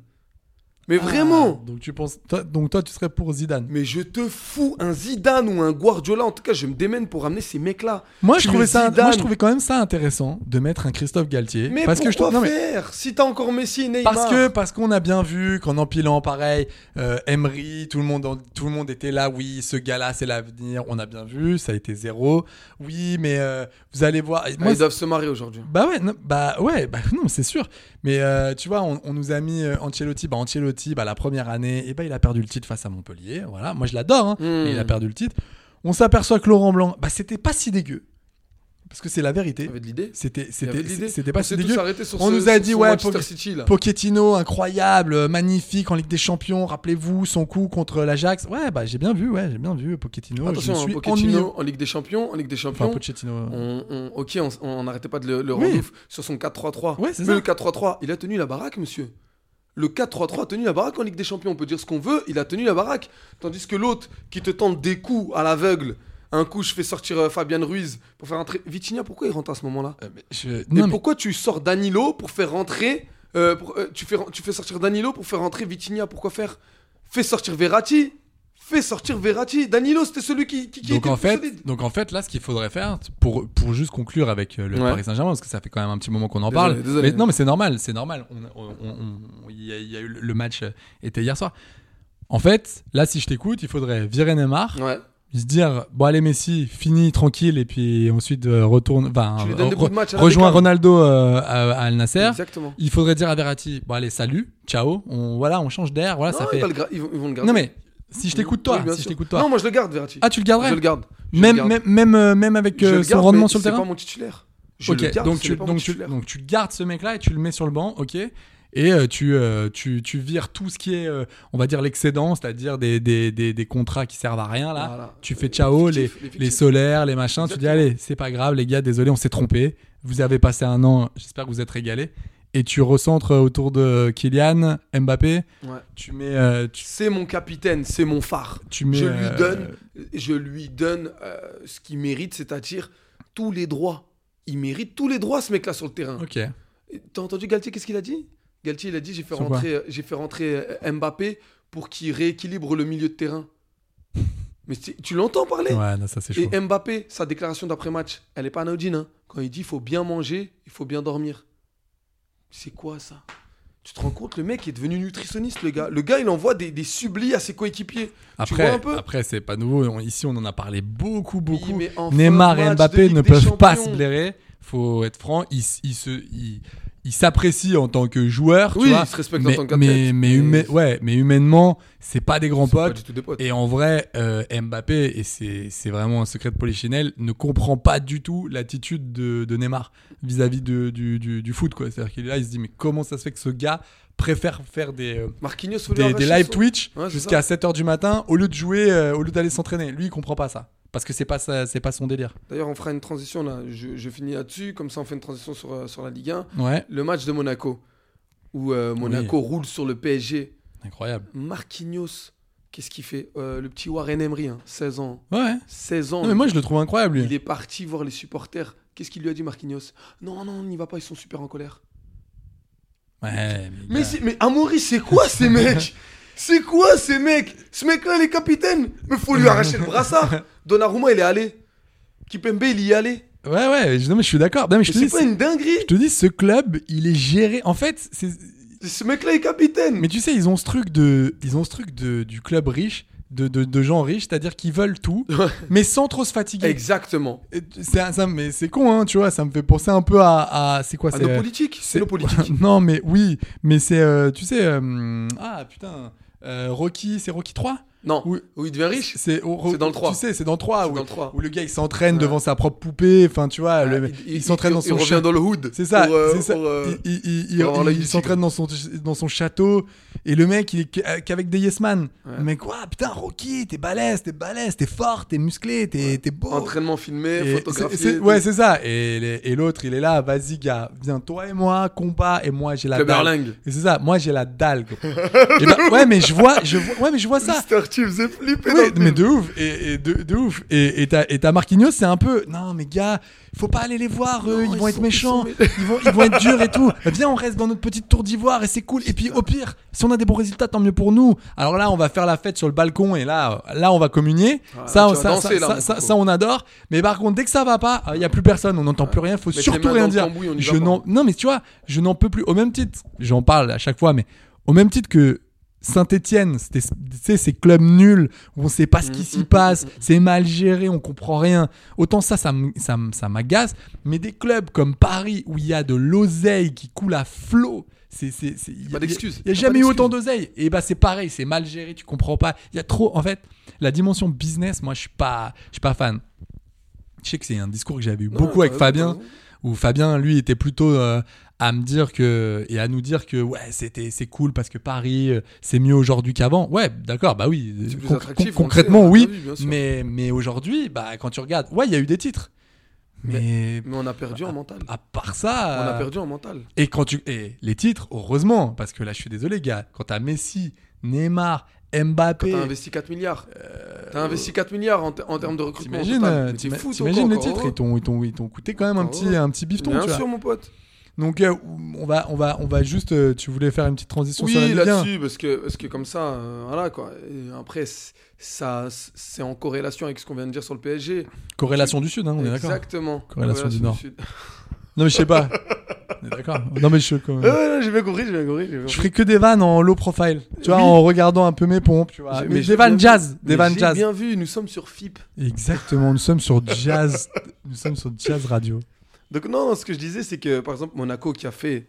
Mais
Ah,
vraiment.
Donc tu penses, toi- donc toi, tu serais pour Zidane.
Mais je te fous un Zidane ou un Guardiola. En tout cas, je me démène pour ramener ces mecs-là.
Moi,
Tu
je trouvais
mets
ça,
Zidane.
moi, je trouvais quand même ça intéressant de mettre un Christophe Galtier.
Mais
parce que je
pourquoi
trouve- non, mais-
faire Si t'as encore Messi et Neymar. Ah,
Parce que parce qu'on a bien vu qu'en empilant pareil, euh, Emery, tout le monde en- tout le monde était là. Oui, ce gars-là, c'est l'avenir. On a bien vu, ça a été zéro. Oui, mais euh, vous allez voir. Et
Ah,
moi,
ils doivent se marier aujourd'hui. hein.
bah ouais, non, bah ouais, bah [LAUGHS] non, c'est sûr. Mais euh, tu vois, on, on nous a mis euh, Ancelotti. Bah Ancelotti, bah la première année, et bah il a perdu le titre face à Montpellier. Voilà, moi je l'adore, hein,
Mm.
mais il a perdu le titre. On s'aperçoit que Laurent Blanc, bah c'était pas si dégueu. Parce que c'est la vérité.
Il y avait de l'idée.
C'était,
Il y avait
c'était,
de l'idée.
c'était pas
On
si
s'est tous
dégueu.
arrêtés sur
On
ce-
nous a
sur
dit,
ce
ouais,
Manchester
Poc-
City, là.
Pochettino, incroyable, euh, magnifique en Ligue des Champions. Rappelez-vous son coup contre l'Ajax. Ouais, bah j'ai bien vu, ouais, j'ai bien vu Pochettino.
Attention, hein,
je me suis ennuyeux.
Pochettino en Ligue des Champions, en Ligue des
Enfin,
Champions.
Pochettino.
on, on- ok, on- on n'arrêtait pas de le, le
Oui.
rendre ouf sur son 4-3-3.
Ouais, c'est
Mais
ça.
le 4-3-3, il a tenu la baraque, monsieur. Le 4-3-3 a tenu la baraque en Ligue des Champions. On peut dire ce qu'on veut, il a tenu la baraque. Tandis que l'autre, qui te tente des coups à l'aveugle, un coup, je fais sortir euh, Fabian Ruiz pour faire entrer. Vitinha, pourquoi il rentre à ce moment-là
Euh, mais je-
Et
Non, mais
pourquoi tu sors Danilo pour faire rentrer. euh, pour- euh, tu, fais, tu fais sortir Danilo pour faire rentrer Vitinha Pourquoi faire Fais sortir Verratti Fais sortir Verratti Danilo, c'était celui qui, qui, qui
donc
était
en
le plus solide.
fait, donc en fait, là, ce qu'il faudrait faire pour pour juste conclure avec euh, le
Ouais.
Paris Saint-Germain, parce que ça fait quand même un petit moment qu'on en
Désolé,
parle.
désolé.
Mais non, mais c'est normal, c'est normal. On- on- on- on- il y a- il y a eu le- le match euh, était hier soir. En fait, là, si je t'écoute, il faudrait virer Neymar,
Ouais.
se dire bon allez Messi, fini tranquille, et puis ensuite euh, retourne, enfin,
Tu lui donnes des coups de match à la
rejoins
Beckham.
Ronaldo euh, à, à Al Nasser.
Exactement.
Il faudrait dire à Verratti bon allez salut, ciao, on voilà, on change d'air, voilà, ça
Non,
fait.
ils, vont le gra- ils vont- ils vont le garder.
Non mais si je t'écoute toi,
Oui, bien
si je
sûr.
t'écoute toi.
Non, moi je le garde, Verratti.
Ah, tu le garderais
Je le garde. Je le
même,
garde.
même, même, euh, même avec
Je
euh,
le
son
garde,
rendement
mais
sur le
C'est
terrain
pas mon titulaire. Je
Ok,
le garde,
donc,
ce
tu,
n'est pas mon
donc, tu,
titulaire.
donc tu gardes ce mec-là et tu le mets sur le banc, ok et euh, tu, euh, tu, tu vires tout ce qui est, euh, on va dire, l'excédent, c'est-à-dire des, des, des, des contrats qui servent à rien, là.
Voilà.
Tu fais
Les
ciao, les,
fictifs, les
les,
fictifs.
solaires, les machins. Tu dis, allez, c'est pas grave, les gars, désolé, on s'est trompé. Vous avez passé un an, j'espère que vous êtes régalés. Et tu recentres autour de Kylian, Mbappé.
Ouais.
Tu mets, euh, tu,
C'est mon capitaine, c'est mon phare.
Tu mets,
je lui
euh,
donne, je lui donne euh, ce qu'il mérite, c'est-à-dire tous les droits. Il mérite tous les droits, ce mec-là, sur le terrain.
ok.
T'as entendu Galtier Qu'est-ce qu'il a dit Galtier, il a dit j'ai fait
Sur quoi
rentrer, j'ai fait rentrer euh, Mbappé pour qu'il rééquilibre le milieu de terrain. Mais tu, tu l'entends parler
Ouais, non, ça c'est chaud.
Et Mbappé, sa déclaration d'après-match, elle est pas anodine. hein. Quand il dit il faut bien manger, il faut bien dormir. C'est quoi ça Tu te rends compte, le mec est devenu nutritionniste, le gars. Le gars, il envoie des, des sublis à ses coéquipiers. tu vois
Après,
un peu
après c'est pas nouveau. On- ici, on en a parlé beaucoup, beaucoup.
mais en fin
Neymar
de
et
match de
Mbappé
Ligue
ne
des
peuvent pas se
Champions.
blairer. Faut être franc. Ils, s- ils se, ils, ils s'apprécient en tant que joueurs. tu
Oui,
vois.
ils se respectent en
mais,
tant qu'athlètes.
Mais, mais,
Mais-
humain- ouais, mais humainement, c'est pas des grands
C'est pas
potes.
du tout des potes.
Et en vrai, euh, Mbappé, et c'est c'est vraiment un secret de Polichinelle, ne comprend pas du tout l'attitude de, de Neymar vis-à-vis de- du, du, du foot. quoi. C'est-à-dire qu'il est là, il se dit, mais comment ça se fait que ce gars préfère faire des. euh,
Marquinhos, faut lui
des,
arracher
des live
son-
Twitch
Ouais, c'est
jusqu'à 7h du matin au lieu de jouer, euh, au lieu d'aller s'entraîner. Lui, il comprend pas ça. Parce que c'est pas, ça- c'est pas son délire.
D'ailleurs, on fera une transition là. Je, je finis là-dessus, comme ça on fait une transition sur, euh, sur la Ligue 1.
Ouais.
Le match de Monaco, où euh, Monaco roule sur le PSG.
Incroyable.
Marquinhos, qu'est-ce qu'il fait Euh, Le petit Warren Emery, hein, 16 ans.
Ouais.
16 ans.
Non, mais moi, je le trouve incroyable,
Il
lui.
est parti voir les supporters. Qu'est-ce qu'il lui a dit, Marquinhos Non, non, on n'y va pas, ils sont super en colère.
Ouais,
Mais, c'est- mais Amaury, c'est
[LAUGHS]
quoi ces mecs C'est quoi ces mecs Ce mec-là, il est capitaine Mais faut lui arracher le brassard
[LAUGHS]
Donnarumma, il est allé. Kipembe, il y est allé.
ouais, ouais, je, non, mais je suis d'accord. Non, mais je
Mais
te dis,
c'est pas
c'est-
une dinguerie
je te dis, ce club, il est géré. En fait, c'est.
Ce mec-là est capitaine
Mais tu sais, ils ont ce truc de, ils ont ce truc de, du club riche, de, de, de gens riches, c'est-à-dire qu'ils veulent tout, mais sans trop se fatiguer.
Exactement.
Et C'est un- ça, mais c'est con, hein, tu vois. Ça me fait penser un peu à, à- c'est quoi
À
c'est,
nos
euh,
politiques, c'est nos
[LAUGHS]
politiques.
non, mais oui, mais c'est, euh, tu sais, euh, ah putain, euh, Rocky, c'est Rocky 3
Non,
Oui.
où il devient riche
c'est, au-
C'est dans le 3.
Tu sais, c'est dans le 3,
C'est
où,
dans le 3.
où le gars il s'entraîne devant sa propre poupée, enfin tu vois, le- il, s'entraîne dans son
Ah, Il
château.
revient dans le hood.
C'est ça,
pour, euh,
c'est ça.
pour, euh,
il il- il-
pour avoir
il-
l'œil
il
du
s'entraîne dans son, dans son château et le mec il est qu'- euh, qu'avec des yes man. Mais quoi, putain, Rocky, t'es balèze, t'es balèze, t'es fort, t'es musclé, t'es, t'es beau.
Entraînement
Et
filmé,
c'est-
photographié.
c'est- ouais,
tout.
c'est ça. Et, les- et l'autre, il est là, vas-y, gars, viens, toi et moi, combat, et moi, j'ai la
Club
dalle.
Erlang.
Et c'est ça, moi, j'ai la dalle, gros. Et bah, ouais, mais je vois, je vois, ouais, mais je vois ça.
Mr. T faisait flipper
Ouais,
dans le
mais
film.
de ouf, et, et de, de ouf. Et, et, t'as, et t'as Marquinhos, c'est un peu, non, mais gars, faut pas aller les voir, eux,
Non,
ils,
ils
vont être
sont- ils
méchants,
sont
ils,
mé-
vont, ils vont être durs et tout. Viens, on reste dans notre petite tour d'ivoire et c'est cool. Et puis, au pire, si on a des bons résultats, tant mieux pour nous. Alors là, on va faire la fête sur le balcon et là, euh, là on va communier.
Ah,
ça,
tu vas
ça,
danser,
ça,
là,
ça-
mon
ça-
coco.
ça, on adore. Mais par contre, dès que ça va pas, il y a plus personne, on n'entend plus rien, faut
Mets tes
surtout
mains
rien
dans le
dire.
cambouis, on y
Je
va,
n'en-
pardon.
non, mais tu vois, je n'en peux plus. Au même titre, j'en parle à chaque fois, mais au même titre que Saint-Etienne, c'était tu sais, ces clubs nuls où on sait pas ce qui
Mm,
s'y passe, c'est mal géré, on comprend rien. Autant ça, ça, m- ça, m- ça m'agace. Mais des clubs comme Paris où il y a de l'oseille qui coule à flot, c'est c'est c'est- il y a-
Pas d'excuses.
Il y a
T'as
jamais
pas
eu autant
d'excuses.
d'oseille. Et bah c'est pareil, c'est mal géré, tu comprends pas. Il y a trop. En fait, la dimension business, moi je suis pas, je suis pas fan Je sais que c'est un discours que j'avais eu
Non,
beaucoup
t'as
avec
raison,
Fabien,
t'as raison.
où Fabien, lui, était plutôt euh, à me dire que et à nous dire que ouais, c'était c'est cool parce que Paris, euh, c'est mieux aujourd'hui qu'avant. Ouais, d'accord, bah oui.
C'est plus
Con-
attractif,
con-
on le
concrètement,
sait, hein. Ah
oui.
oui, bien sûr.
mais mais aujourd'hui, bah quand tu regardes, ouais, il y a eu des titres, mais,
Mais on a
Ah.
perdu en mental.
à part ça,
On a
euh,
perdu en mental.
et quand tu et les titres, heureusement, parce que là, je suis désolé, gars, quand t'as Messi, Neymar, Mbappé,
T'as investi 4 milliards. T'as investi 4 milliards en, te- en termes de recrutement.
Euh, T'imagines,
total.
euh,
Mais t'es
t'ima-
fou, toi,
t'imagines
encore,
les
encore
titres,
heureux.
ils t'ont, ils t'ont, ils t'ont coûté quand même un
Encore
petit,
heureux.
un petit bifton,
Bien
tu vois.
sûr, mon pote.
Donc euh, on va, on va, on va juste. euh, tu voulais faire une petite transition sur la
Oui,
Ligue 1.
là-dessus, parce que, parce que comme ça, euh, voilà quoi. Et après, c- ça, c'est en corrélation avec ce qu'on vient de dire sur le PSG.
Corrélation du Sud, hein, on est d'accord.
Exactement.
Corrélation du Nord.
Sud. [LAUGHS]
Non mais je sais [LAUGHS] pas. on est d'accord. Non mais je. quand
Ouais,
même-
ouais, ouais, j'ai bien compris, j'ai bien compris. j'ai bien
Je
compris.
ferai que des vannes en low profile, tu vois,
Oui.
en regardant un peu mes pompes, tu vois.
J'ai-
Mais
j'ai
des
bien
vannes
vu.
jazz, des
Mais
vannes
j'ai
jazz.
bien vu, nous sommes sur FIP.
Exactement, nous sommes sur jazz, nous sommes sur jazz radio.
Donc non, ce que je disais, c'est que par exemple Monaco qui a fait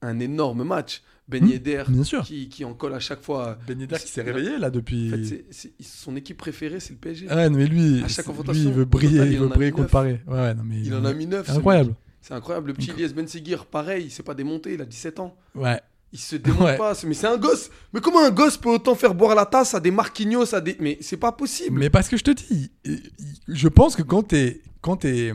un énorme match, Ben
Hmm,
Yedder
bien sûr.
Qui, qui en colle à chaque fois.
Ben Yedder qui s'est réveillé là depuis.
En fait, c'est- c'est- son équipe préférée, c'est le PSG.
Ah Ouais, non, mais lui,
À
c'est-
chaque
lui,
confrontation,
il veut
au total,
briller,
il
il veut
en a
briller
mis
contre
neuf.
Paris. Ouais, ouais, non, mais
Il en a mis 9.
Incroyable.
C'est incroyable. Le petit Elias Ben Seguir, pareil, il s'est pas démonté, il a 17 ans.
Ouais.
Il se démonte
Ouais.
pas. c'est- Mais c'est un gosse. Mais comment un gosse peut autant faire boire la tasse à des Marquinhos à des... Mais c'est pas possible.
Mais parce que je te dis, il- il- je pense que quand t'es quand es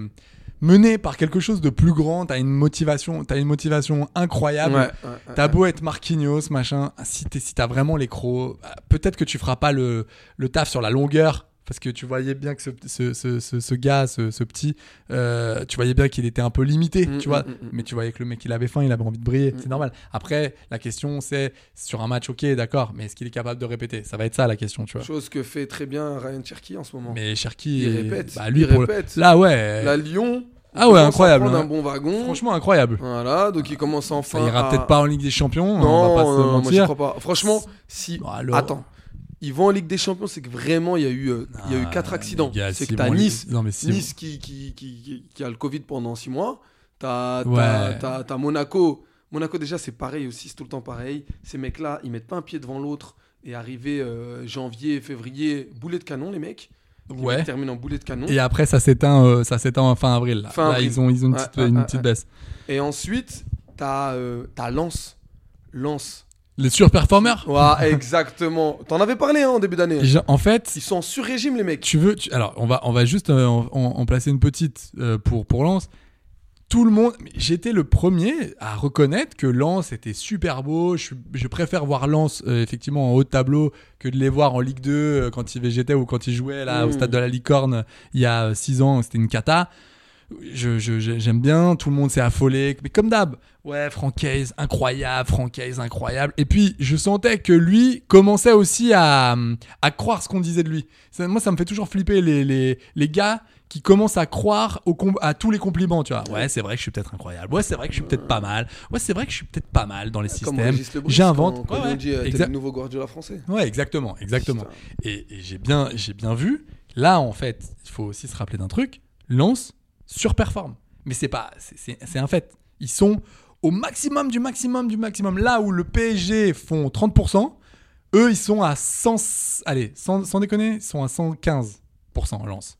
mené par quelque chose de plus grand, t'as une motivation, t'as une motivation incroyable.
Ouais, ouais, ouais,
T'as beau être Marquinhos, machin, si t'es- si t'as vraiment les crocs, bah, peut-être que tu feras pas le, le taf sur la longueur. Parce que tu voyais bien que ce, ce, ce, ce- ce gars, ce, ce petit, euh, tu voyais bien qu'il était un peu limité,
Mm,
tu vois.
mm, mm, mm.
mais tu voyais que le mec, il avait faim, il avait envie de briller. C'est normal. Après, la question, c'est sur un match, ok, d'accord, mais est-ce qu'il est capable de répéter Ça va être ça la question, tu vois.
Chose que fait très bien Ryan Cherky en ce moment.
Mais Cherki,
Il répète,
bah, lui,
il
pour le-
répète.
Là, ouais.
La Lyon. on
Ah ouais,
commence à
incroyable,
prendre
hein.
un bon wagon.
Franchement, incroyable.
Voilà, donc il commence enfin.
ça ira
à-
peut-être pas en Ligue des Champions. hein,
Non,
on va pas se
non, non, moi, j'y
mentir.
crois pas. Franchement, si.
Bon, alors-
Attends. Ils vont en Ligue des Champions, c'est que vraiment, il y a eu, euh, il y a eu
Ah,
quatre accidents.
les gars,
C'est
si
que t'as
bon,
Nice,
non, mais si
Nice qui, qui, qui, qui- qui a le Covid pendant 6 mois. T'as
Ouais.
t'as- t'as- t'as Monaco. Monaco, déjà, c'est pareil aussi, c'est tout le temps pareil. Ces mecs-là, ils mettent pas un pied devant l'autre. Et arrivé euh, janvier, février, boulet de canon, les mecs. Les
Ouais.
mecs terminent en boulet de canon.
Et après, ça s'éteint, euh, ça s'éteint en fin avril. Là,
Fin
Là,
avril.
ils ont, ils ont une
Ouais,
petite,
ouais,
une
ouais,
petite
ouais.
baisse.
Et ensuite, t'as euh, t'as Lens. Lens.
Les surperformeurs. [LAUGHS]
Ouais, exactement. T'en avais parlé hein, en début d'année.
Et j'ai- En fait,
Ils sont en sur-régime, les mecs.
tu veux, tu- alors on va, on va juste euh, en, en- en placer une petite euh, pour pour Lens. Tout le monde, mais j'étais le premier à reconnaître que Lens était super beau. Je, suis- je préfère voir Lens euh, effectivement en haut de tableau que de les voir en Ligue 2 euh, quand ils végétaient ou quand ils jouaient là au stade de la Licorne il y a 6 ans, c'était une cata. Je- je- je- j'aime bien, tout le monde s'est affolé, mais comme d'hab, ouais, Francaise, incroyable, Francaise, incroyable. Et puis, je sentais que lui commençait aussi à, à croire ce qu'on disait de lui. Ça- moi, ça me fait toujours flipper les, les, les gars qui commencent à croire au com- à tous les compliments, tu vois. Ouais, c'est vrai que je suis peut-être incroyable. Ouais, c'est vrai que je suis peut-être pas mal. Ouais, c'est vrai que je suis peut-être pas mal dans les
Ah, Comme euh,
systèmes.
Régis Lebris,
J'invente.
quand- quand
Ouais,
ils
ouais,
ont dit, euh, t'es
exact-
le nouveau Guardiola français.
Ouais, exactement, exactement. Et, et j'ai bien, j'ai bien vu. Là, en fait, il faut aussi se rappeler d'un truc. Lance surperforme, mais c'est pas, c'est- c'est c'est un fait. Ils sont au maximum du maximum du maximum. Là où le PSG font 30%, eux ils sont à 100, allez, sans, sans déconner, ils sont à 115% Lance.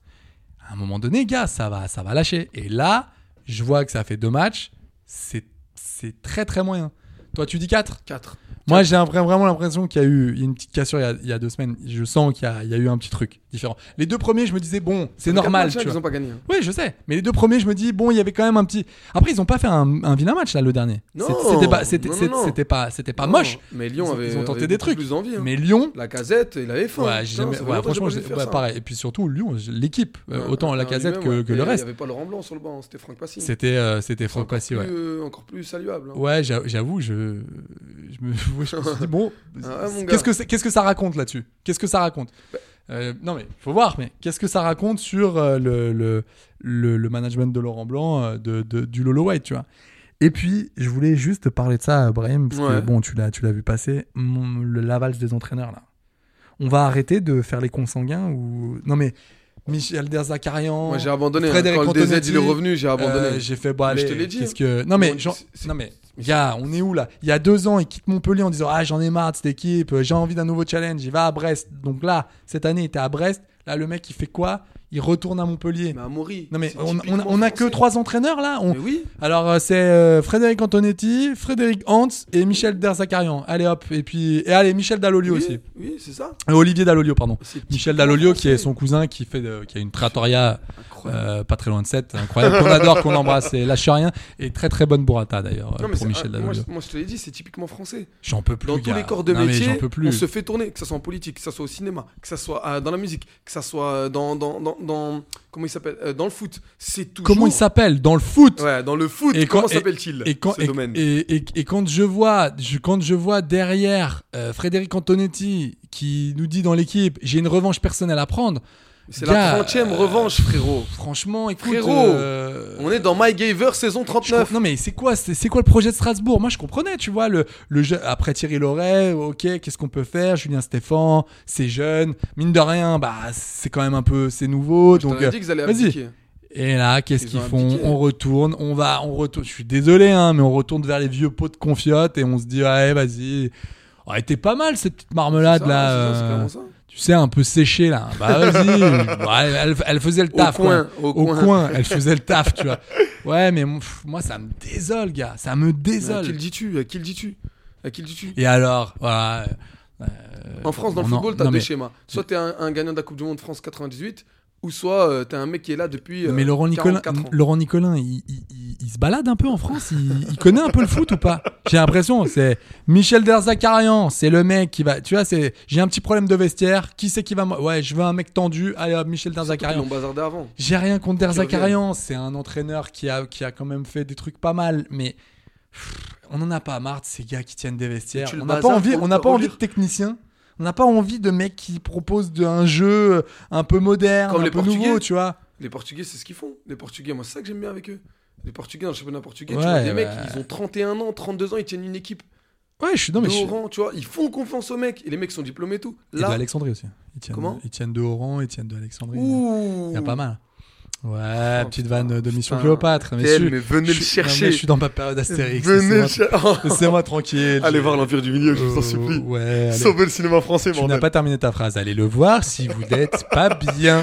À un moment donné, gars, ça va, ça va lâcher. Et là, je vois que ça fait deux matchs. C'est, c'est très très moyen. Toi, tu dis 4
4.
moi, j'ai un- vraiment l'impression qu'il y a eu il y a une petite cassure il y a, il y a deux semaines. Je sens qu'il y a, il y a eu un petit truc différent. Les deux premiers, je me disais, bon, c'est normal. Tu
Ils
vois.
ont pas gagné. hein.
Oui, je sais. Mais les deux premiers, je me dis, bon, il y avait quand même un petit. Après, ils n'ont pas fait un, un vilain match, là, le dernier.
Non,
C'est- C'était pas, c'était,
non, non,
c'était-
non.
c'était pas, c'était pas
Non,
moche.
Mais Lyon
ils ont,
avait.
ils ont tenté
avait
des
beaucoup
trucs.
Plus envie, hein.
Mais Lyon,
La casette, il avait faim.
ouais, j'ai
Putain,
jamais-
ça fait
ouais,
longtemps que j'ai
franchement,
pas
j'ai-
vu faire
ouais,
ça.
pareil. Et puis surtout, Lyon, j'ai- l'équipe, euh,
Ouais,
autant
ouais,
la casette
lui-même,
que,
ouais.
que le
Et Il
reste.
n'y avait pas Laurent Blanc sur le banc, c'était Franck Passy.
C'était, euh, c'était Franck Passy, ouais.
Plus, euh, Encore plus saluable. hein.
Ouais, j'a- j'avoue, je, je, me, [LAUGHS] ouais, je me suis dit, bon,
[LAUGHS] Ah ouais,
qu'est-ce
mon gars. Bah.
que, c'est- qu'est-ce que ça raconte là-dessus Qu'est-ce que ça raconte Euh, Non, mais faut voir, mais qu'est-ce que ça raconte sur euh, le, le, le, le management de Laurent Blanc, euh, de, de- du Lolo White, tu vois Et puis, je voulais juste parler de ça, euh, Brahim, parce que
Ouais.
bon, tu l'as, tu l'as vu passer, mon- le lavage des entraîneurs, là. On va arrêter de faire les consanguins ou. Non, mais. Michel Derzakarian.
Moi, j'ai abandonné, hein.
Frédéric
Quand le
Antonetti,
DZ, il est revenu, j'ai abandonné.
euh, j'ai fait, bah,
Mais
allez,
je te l'ai dit,
qu'est-ce que.
hein.
Non, mais,
Bon,
genre-
c'est-
non, mais Gars, on est où là Il y a deux ans, il quitte Montpellier en euh, disant Ah, j'en ai marre de cette équipe, j'ai envie d'un nouveau challenge, il va à Brest. Donc là, cette année, il était à Brest. Là, le mec, il fait quoi Il retourne à Montpellier.
Mais Amaury.
Non, mais
c'est
on, on,
typiquement
on a que
français.
trois entraîneurs là. On-
Mais oui.
Alors, euh, c'est euh, Frédéric Antonetti, Frédéric Hans et Michel Derzakarian. Allez hop. Et puis, et allez, Michel Dallolio
oui,
aussi.
Oui, c'est ça.
Euh, Olivier Dallolio, pardon.
C'est typiquement
Michel Dallolio, qui est
français.
son cousin, qui, fait de- qui a une trattoria
Incroyable.
euh, pas très loin de 7. Incroyable. qu'on adore, qu'on embrasse et lâche rien. Et très très bonne burrata d'ailleurs euh,
Non, mais
pour
c'est-
Michel
ah, moi, je-
Dallolio.
moi, je te l'ai dit, c'est typiquement français.
J'en peux plus.
Dans tous
gars.
les corps de
Non, mais
métier,
j'en peux plus.
on se fait tourner, que ça soit en politique, que ça soit au cinéma, que ça soit euh, dans la musique, que ça soit euh, dans, dans, dans, dans- comment il s'appelle, Euh, dans le foot. C'est toujours.
Comment il s'appelle Dans le foot
Ouais, dans le foot.
Et quand-
comment
et-
s'appelle-t-il
et quand,
ce
et,
domaine
et- et- et quand je vois, je- quand je vois derrière euh, Frédéric Antonetti qui nous dit dans l'équipe, j'ai une revanche personnelle à prendre.
C'est
gars,
la 30 e
euh,
revanche, frérot.
Franchement, écoute,
Frérot,
euh,
On est dans My Gaver saison
je com-
39.
non mais c'est quoi, c'est c'est quoi le projet de Strasbourg Moi je comprenais, tu vois le, le jeu- après Thierry Loret, ok, qu'est-ce qu'on peut faire Julien Stéphan, c'est jeune, mine de rien, bah c'est quand même un peu, c'est nouveau,
Je t'en
donc
ai
euh,
dit qu'ils allaient
vas-y.
appliquer.
Et là, qu'est-ce
Ils
qu'ils
ont
font
abdiqué.
On retourne, on va, on retourne. Je suis désolé, hein, mais on retourne vers les vieux pots de confiote et on se dit, ouais, vas-y. Ouais, t'es pas mal cette petite marmelade
C'est ça,
là.
c'est ça, c'est
euh,
clairement ça.
tu sais, un peu séchée là. Bah
[LAUGHS]
vas-y. Ouais, elle, elle faisait le
Au
taf.
coin,
quoi.
au coin. [LAUGHS]
Elle faisait le taf, tu vois. Ouais, mais mon- pff, moi, ça me désole, gars. Ça me
Mais À qui le
désole.
dis-tu À qui le dis-tu À qui le dis-tu
Et alors, voilà.
En France, dans le
Non,
football, t'as
non,
deux
mais-
schémas. Soit t'es un, un gagnant de la Coupe du Monde France 98, ou soit euh, t'es un mec qui est là depuis. euh,
mais Laurent Nicolin,
44 ans.
Laurent Nicolin, il, il- il- il se balade un peu en France. Il, il connaît un peu le foot ou pas J'ai l'impression. C'est Michel Derzakarian. C'est le mec qui va. Tu vois, c'est. J'ai un petit problème de vestiaire. Qui c'est qui va me- Ouais, je veux un mec tendu. Allez, hop, Michel
Ils l'ont
Derzakarian.
bazardé avant.
J'ai rien contre
reviennent.
Derzakarian. C'est un entraîneur qui a qui a quand même fait des trucs pas mal, mais. pff, On en a pas marre de ces gars qui tiennent des vestiaires.
tu le
On n'a pas
bazardes
envie,
pour le
on n'a pas
faire
envie de
relire.
techniciens. On n'a pas envie de mecs qui proposent de- un jeu euh, un peu moderne,
Comme
un
les
peu
Portugais.
nouveau, tu vois.
Les Portugais, c'est ce qu'ils font. Les Portugais, moi, c'est ça que j'aime bien avec eux. Les Portugais dans le championnat portugais,
Ouais,
tu vois, les
ouais.
mecs, ils ont 31 ans, 32 ans, ils tiennent une équipe.
Ouais, je suis non mais
de
je-
haut rang, tu vois, ils font confiance aux mecs. Et les mecs sont diplômés et tout.
Et bah, de
Là,
Alexandrie aussi. Ils tiennent,
Comment
ils tiennent de Oran, ils tiennent de Alexandrie.
ouh.
Il y a pas mal. Ouais,
Oh,
petite
putain,
vanne de Mission
putain.
Cléopâtre.
Quel,
je-
mais venez
je-
le
non,
chercher.
mais je suis dans ma
[LAUGHS]
période Astérix.
Venez le
laissez-moi-
cher-
[LAUGHS] Laissez-moi tranquille.
[LAUGHS] Allez
je-
voir l'Empire du Milieu, je vous
Euh,
en supplie.
Ouais, allez.
Sauvez le cinéma français,
Tu n'as
bordel.
pas terminé ta phrase. Allez le voir si vous n'êtes pas
[LAUGHS]
bien.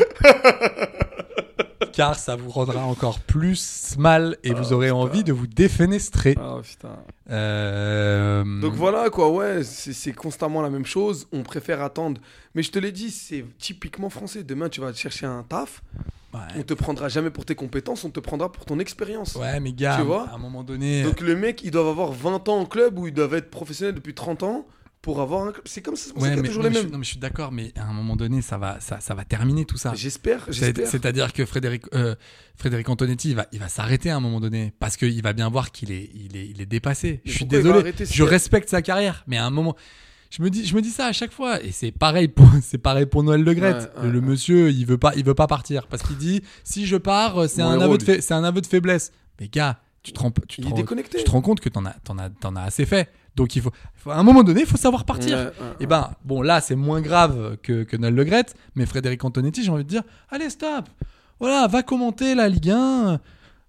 Car ça vous rendra encore plus mal et vous aurez envie de vous défenestrer.
Ah, putain.
Euh,
Donc voilà quoi, ouais, c'est c'est constamment la même chose, on préfère attendre. Mais je te l'ai dit, c'est typiquement français. Demain, tu vas chercher un taf,
Ouais.
on te prendra jamais pour tes compétences, on te prendra pour ton expérience.
Ouais, mais gars,
Tu vois
à un moment donné.
Donc le mec, ils doivent avoir 20 ans en club ou ils doivent être professionnels depuis 30 ans pour avoir un club. C'est comme ça, c'est pour ça
Ouais,
qu'il y a
mais,
toujours
non,
les
mais je,
mêmes.
non, mais je suis d'accord, mais à un moment donné, ça va, ça, ça va terminer tout ça.
J'espère,
C'est-
j'espère.
C'est-à-dire que Frédéric, euh, Frédéric Antonetti, il va, il va s'arrêter à un moment donné parce qu'il va bien voir qu'il est, il est, il est dépassé.
Mais
je suis
pourquoi il va
désolé,
arrêter si-
je respecte sa carrière, mais à un moment, je me dis, je me dis ça à chaque fois, et c'est pareil pour, [LAUGHS] c'est pareil pour Noël Le Graët.
Ouais, ouais,
le
ouais.
monsieur, il veut pas, il veut pas partir parce qu'il dit, si je pars, euh, c'est
Mon
un
héros,
aveu de,
lui.
fa- c'est un aveu de faiblesse. Mais gars, tu te rends, tu te
Il est
rends-
déconnecté.
tu te rends compte que t'en as, t'en as, t'en as assez fait. Donc il faut, faut- à un moment donné, il faut savoir partir.
Ouais, ouais,
et ben, bon, là, c'est moins grave que, que Noël Le Graët, mais Frédéric Antonetti, j'ai envie de dire, allez, stop. Voilà, va commenter la Ligue 1.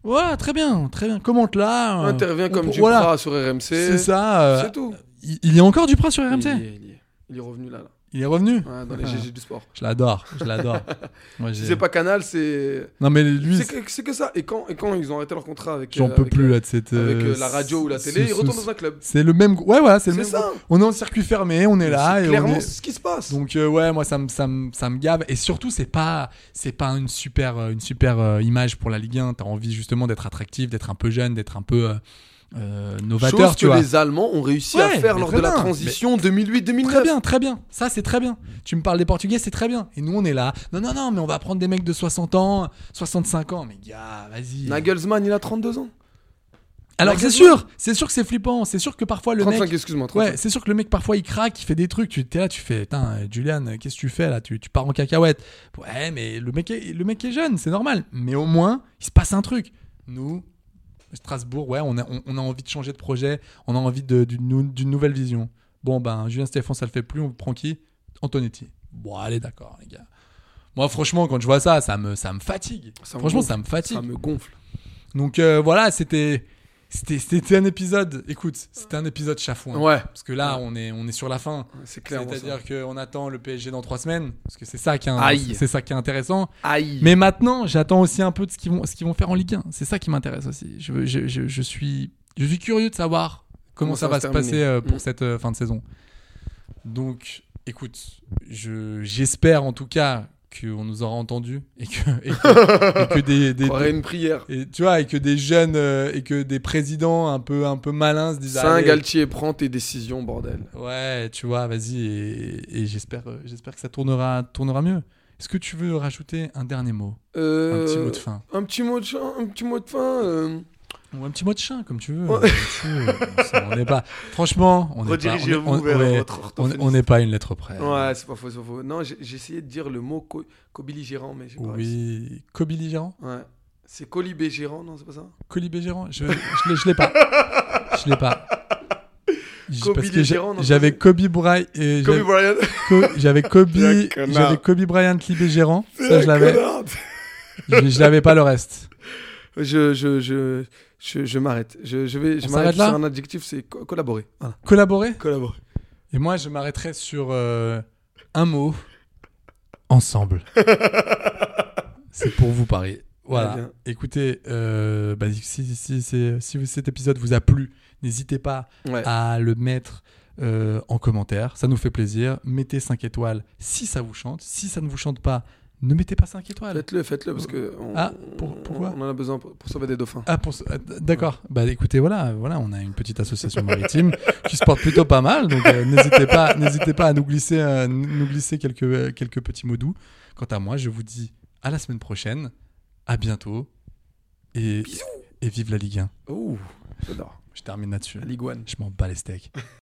Voilà, très bien, très bien. euh, Commente là.
Intervient comme
du
du sur RMC.
C'est ça. euh,
C'est tout.
Il, il y a encore Duprat sur RMC.
Il, y est, il y est. Il est revenu là, là.
Il est revenu.
Ouais, dans les
Ouais.
GG du sport.
Je l'adore, je l'adore.
[LAUGHS]
Moi,
Si
j'ai-
c'est pas Canal, c'est.
Non mais lui,
C'est que, c'est que ça. Et quand, et quand ils ont arrêté leur contrat avec.
j'en
euh,
peux
avec,
plus
euh,
là de cette. euh,
avec euh, la radio ou la
ce-
télé,
ce-
ils retournent dans un club.
C'est le même. Ouais, voilà, c'est le
C'est
même.
ça.
groupe. On est en circuit fermé, on est là
C'est
et on
clairement
est-
ce qui se passe.
Donc euh, ouais, moi ça me ça me ça me gave et surtout c'est pas c'est pas une super euh, une super euh, image pour la Ligue 1. T'as envie justement d'être attractif, d'être un peu jeune, d'être un peu euh, euh,
Chose
novateur, tu
que
vois.
les Allemands ont réussi à
Ouais,
faire
mais
lors
très
de la
bien.
transition 2008-2009.
Très bien, très bien. Ça, c'est très bien. Tu me parles des Portugais, c'est très bien. Et nous, on est là. Non, non, non, mais on va prendre des mecs de 60 ans, 65 ans. Mais gars, vas-y.
Nagelsmann, il a 32 ans.
Alors, c'est
Nagelsmann.
sûr, c'est sûr que c'est flippant. C'est sûr que parfois le
35,
mec.
excuse-moi. 35.
Ouais, c'est sûr que le mec parfois il craque, il fait des trucs, tu t'es là, tu fais, putain, euh, Julian, euh, qu'est-ce que tu fais là tu, tu pars en cacahuète. Ouais, mais le mec est, le mec est jeune, c'est normal. Mais au moins, il se passe un truc. Nous, Strasbourg, ouais, on a, on, on a envie de changer de projet, on a envie de- d'une nou- d'une nouvelle vision. Bon, ben, Julien Stéphane, ça le fait plus, on prend qui Antonetti. Bon, allez, d'accord, les gars. Moi, franchement, quand je vois ça, ça me, ça me fatigue.
Ça me
franchement,
Ah, gonfle.
ça me fatigue.
Ça me gonfle.
Donc euh, voilà, c'était C'était- C'était un épisode, écoute, c'était un épisode chafouin.
Ouais.
Parce que là, on, est, on est sur la fin.
C'est clair.
C'est-à-dire qu'on attend le PSG dans trois semaines, parce que c'est ça, qui est un-
Aïe.
c'est ça qui est intéressant.
Aïe.
Mais maintenant, j'attends aussi un peu de ce qu'ils vont, ce qu'ils vont faire en Ligue 1. C'est ça qui m'intéresse aussi. Je, veux- je, je, je suis, je suis curieux de savoir comment,
Comment
ça
ça
va,
va
se
se
passer
terminer.
euh, pour
Mm.
cette euh, fin de saison. Donc, écoute, je- j'espère en tout cas qu'on nous aura entendus et que, et que, et que des,
[LAUGHS]
des-
Aurait une prière.
et, tu vois, et que des jeunes euh, et que des présidents un peu, un peu malins se disent
Saint
Allez,
Galtier, prends tes décisions, bordel.
Ouais, tu vois, vas-y, et, et j'espère, euh, j'espère que ça tournera, tournera mieux. Est-ce que tu veux rajouter un dernier mot Un
Euh,
petit mot de fin.
Un petit mot de fin. Un petit mot de fin. euh,
Ou un petit mot de chien, comme tu veux. Comme tu veux. On s'en- on n'est pas. Franchement, on n'est pas. on est-
Redirigez-vous
on-
vers
ouais,
votre
on-
orthophoniste.
on n'est pas une lettre près.
Ouais, c'est pas faux, c'est pas faux. Non, j'ai j'ai essayé de dire le mot co cobelligérant, mais j'ai pas réussi.
Oui, cobelligérant
Ouais. C'est colibégérant, non, c'est pas ça
Colibégérant Je je l'ai- je l'ai pas. Je l'ai pas. Je- parce que j'ai-
Cobelligérant, non,
j'avais
c'est-
Kobe Bryant et
Kobe
j'avais-
Bryant.
Co-
[LAUGHS]
j'avais Kobe,
un connard.
j'avais Kobe Bryant libégérant. Ça, je
La
l'avais.
connarde.
Je je l'avais pas le reste.
Je, je, je, je, je m'arrête. Je, je vais, je
On s'arrête
m'arrête sur
là
un adjectif, c'est co- collaborer. Voilà.
Collaborer
Collaborer.
Et moi, je m'arrêterai sur euh, un mot.
[LAUGHS]
Ensemble. c'est pour vous, Paris. Voilà.
Très bien.
Écoutez, euh, bah, si, si, si- si- si cet épisode vous a plu, n'hésitez pas
Ouais.
à le mettre euh, en commentaire. Ça nous fait plaisir. Mettez 5 étoiles si ça vous chante. Si ça ne vous chante pas, ne mettez pas 5 étoiles.
Faites-le, faites-le, parce que on,
Ah, pour- pourquoi
on en a besoin pour, pour sauver des dauphins.
Ah, pour ce- ah, d- d'accord. Bah écoutez, voilà, voilà, on a une petite association maritime [LAUGHS] qui se porte plutôt pas mal. Donc euh, n'hésitez pas, [LAUGHS] n'hésitez pas à nous glisser, euh, nous glisser quelques euh, quelques petits mots doux. Quant à moi, je vous dis à la semaine prochaine, à bientôt et et vive la Ligue 1.
Ouh, j'adore.
Oh. Je termine là-dessus.
La Ligue 1.
Je m'en bats les steaks.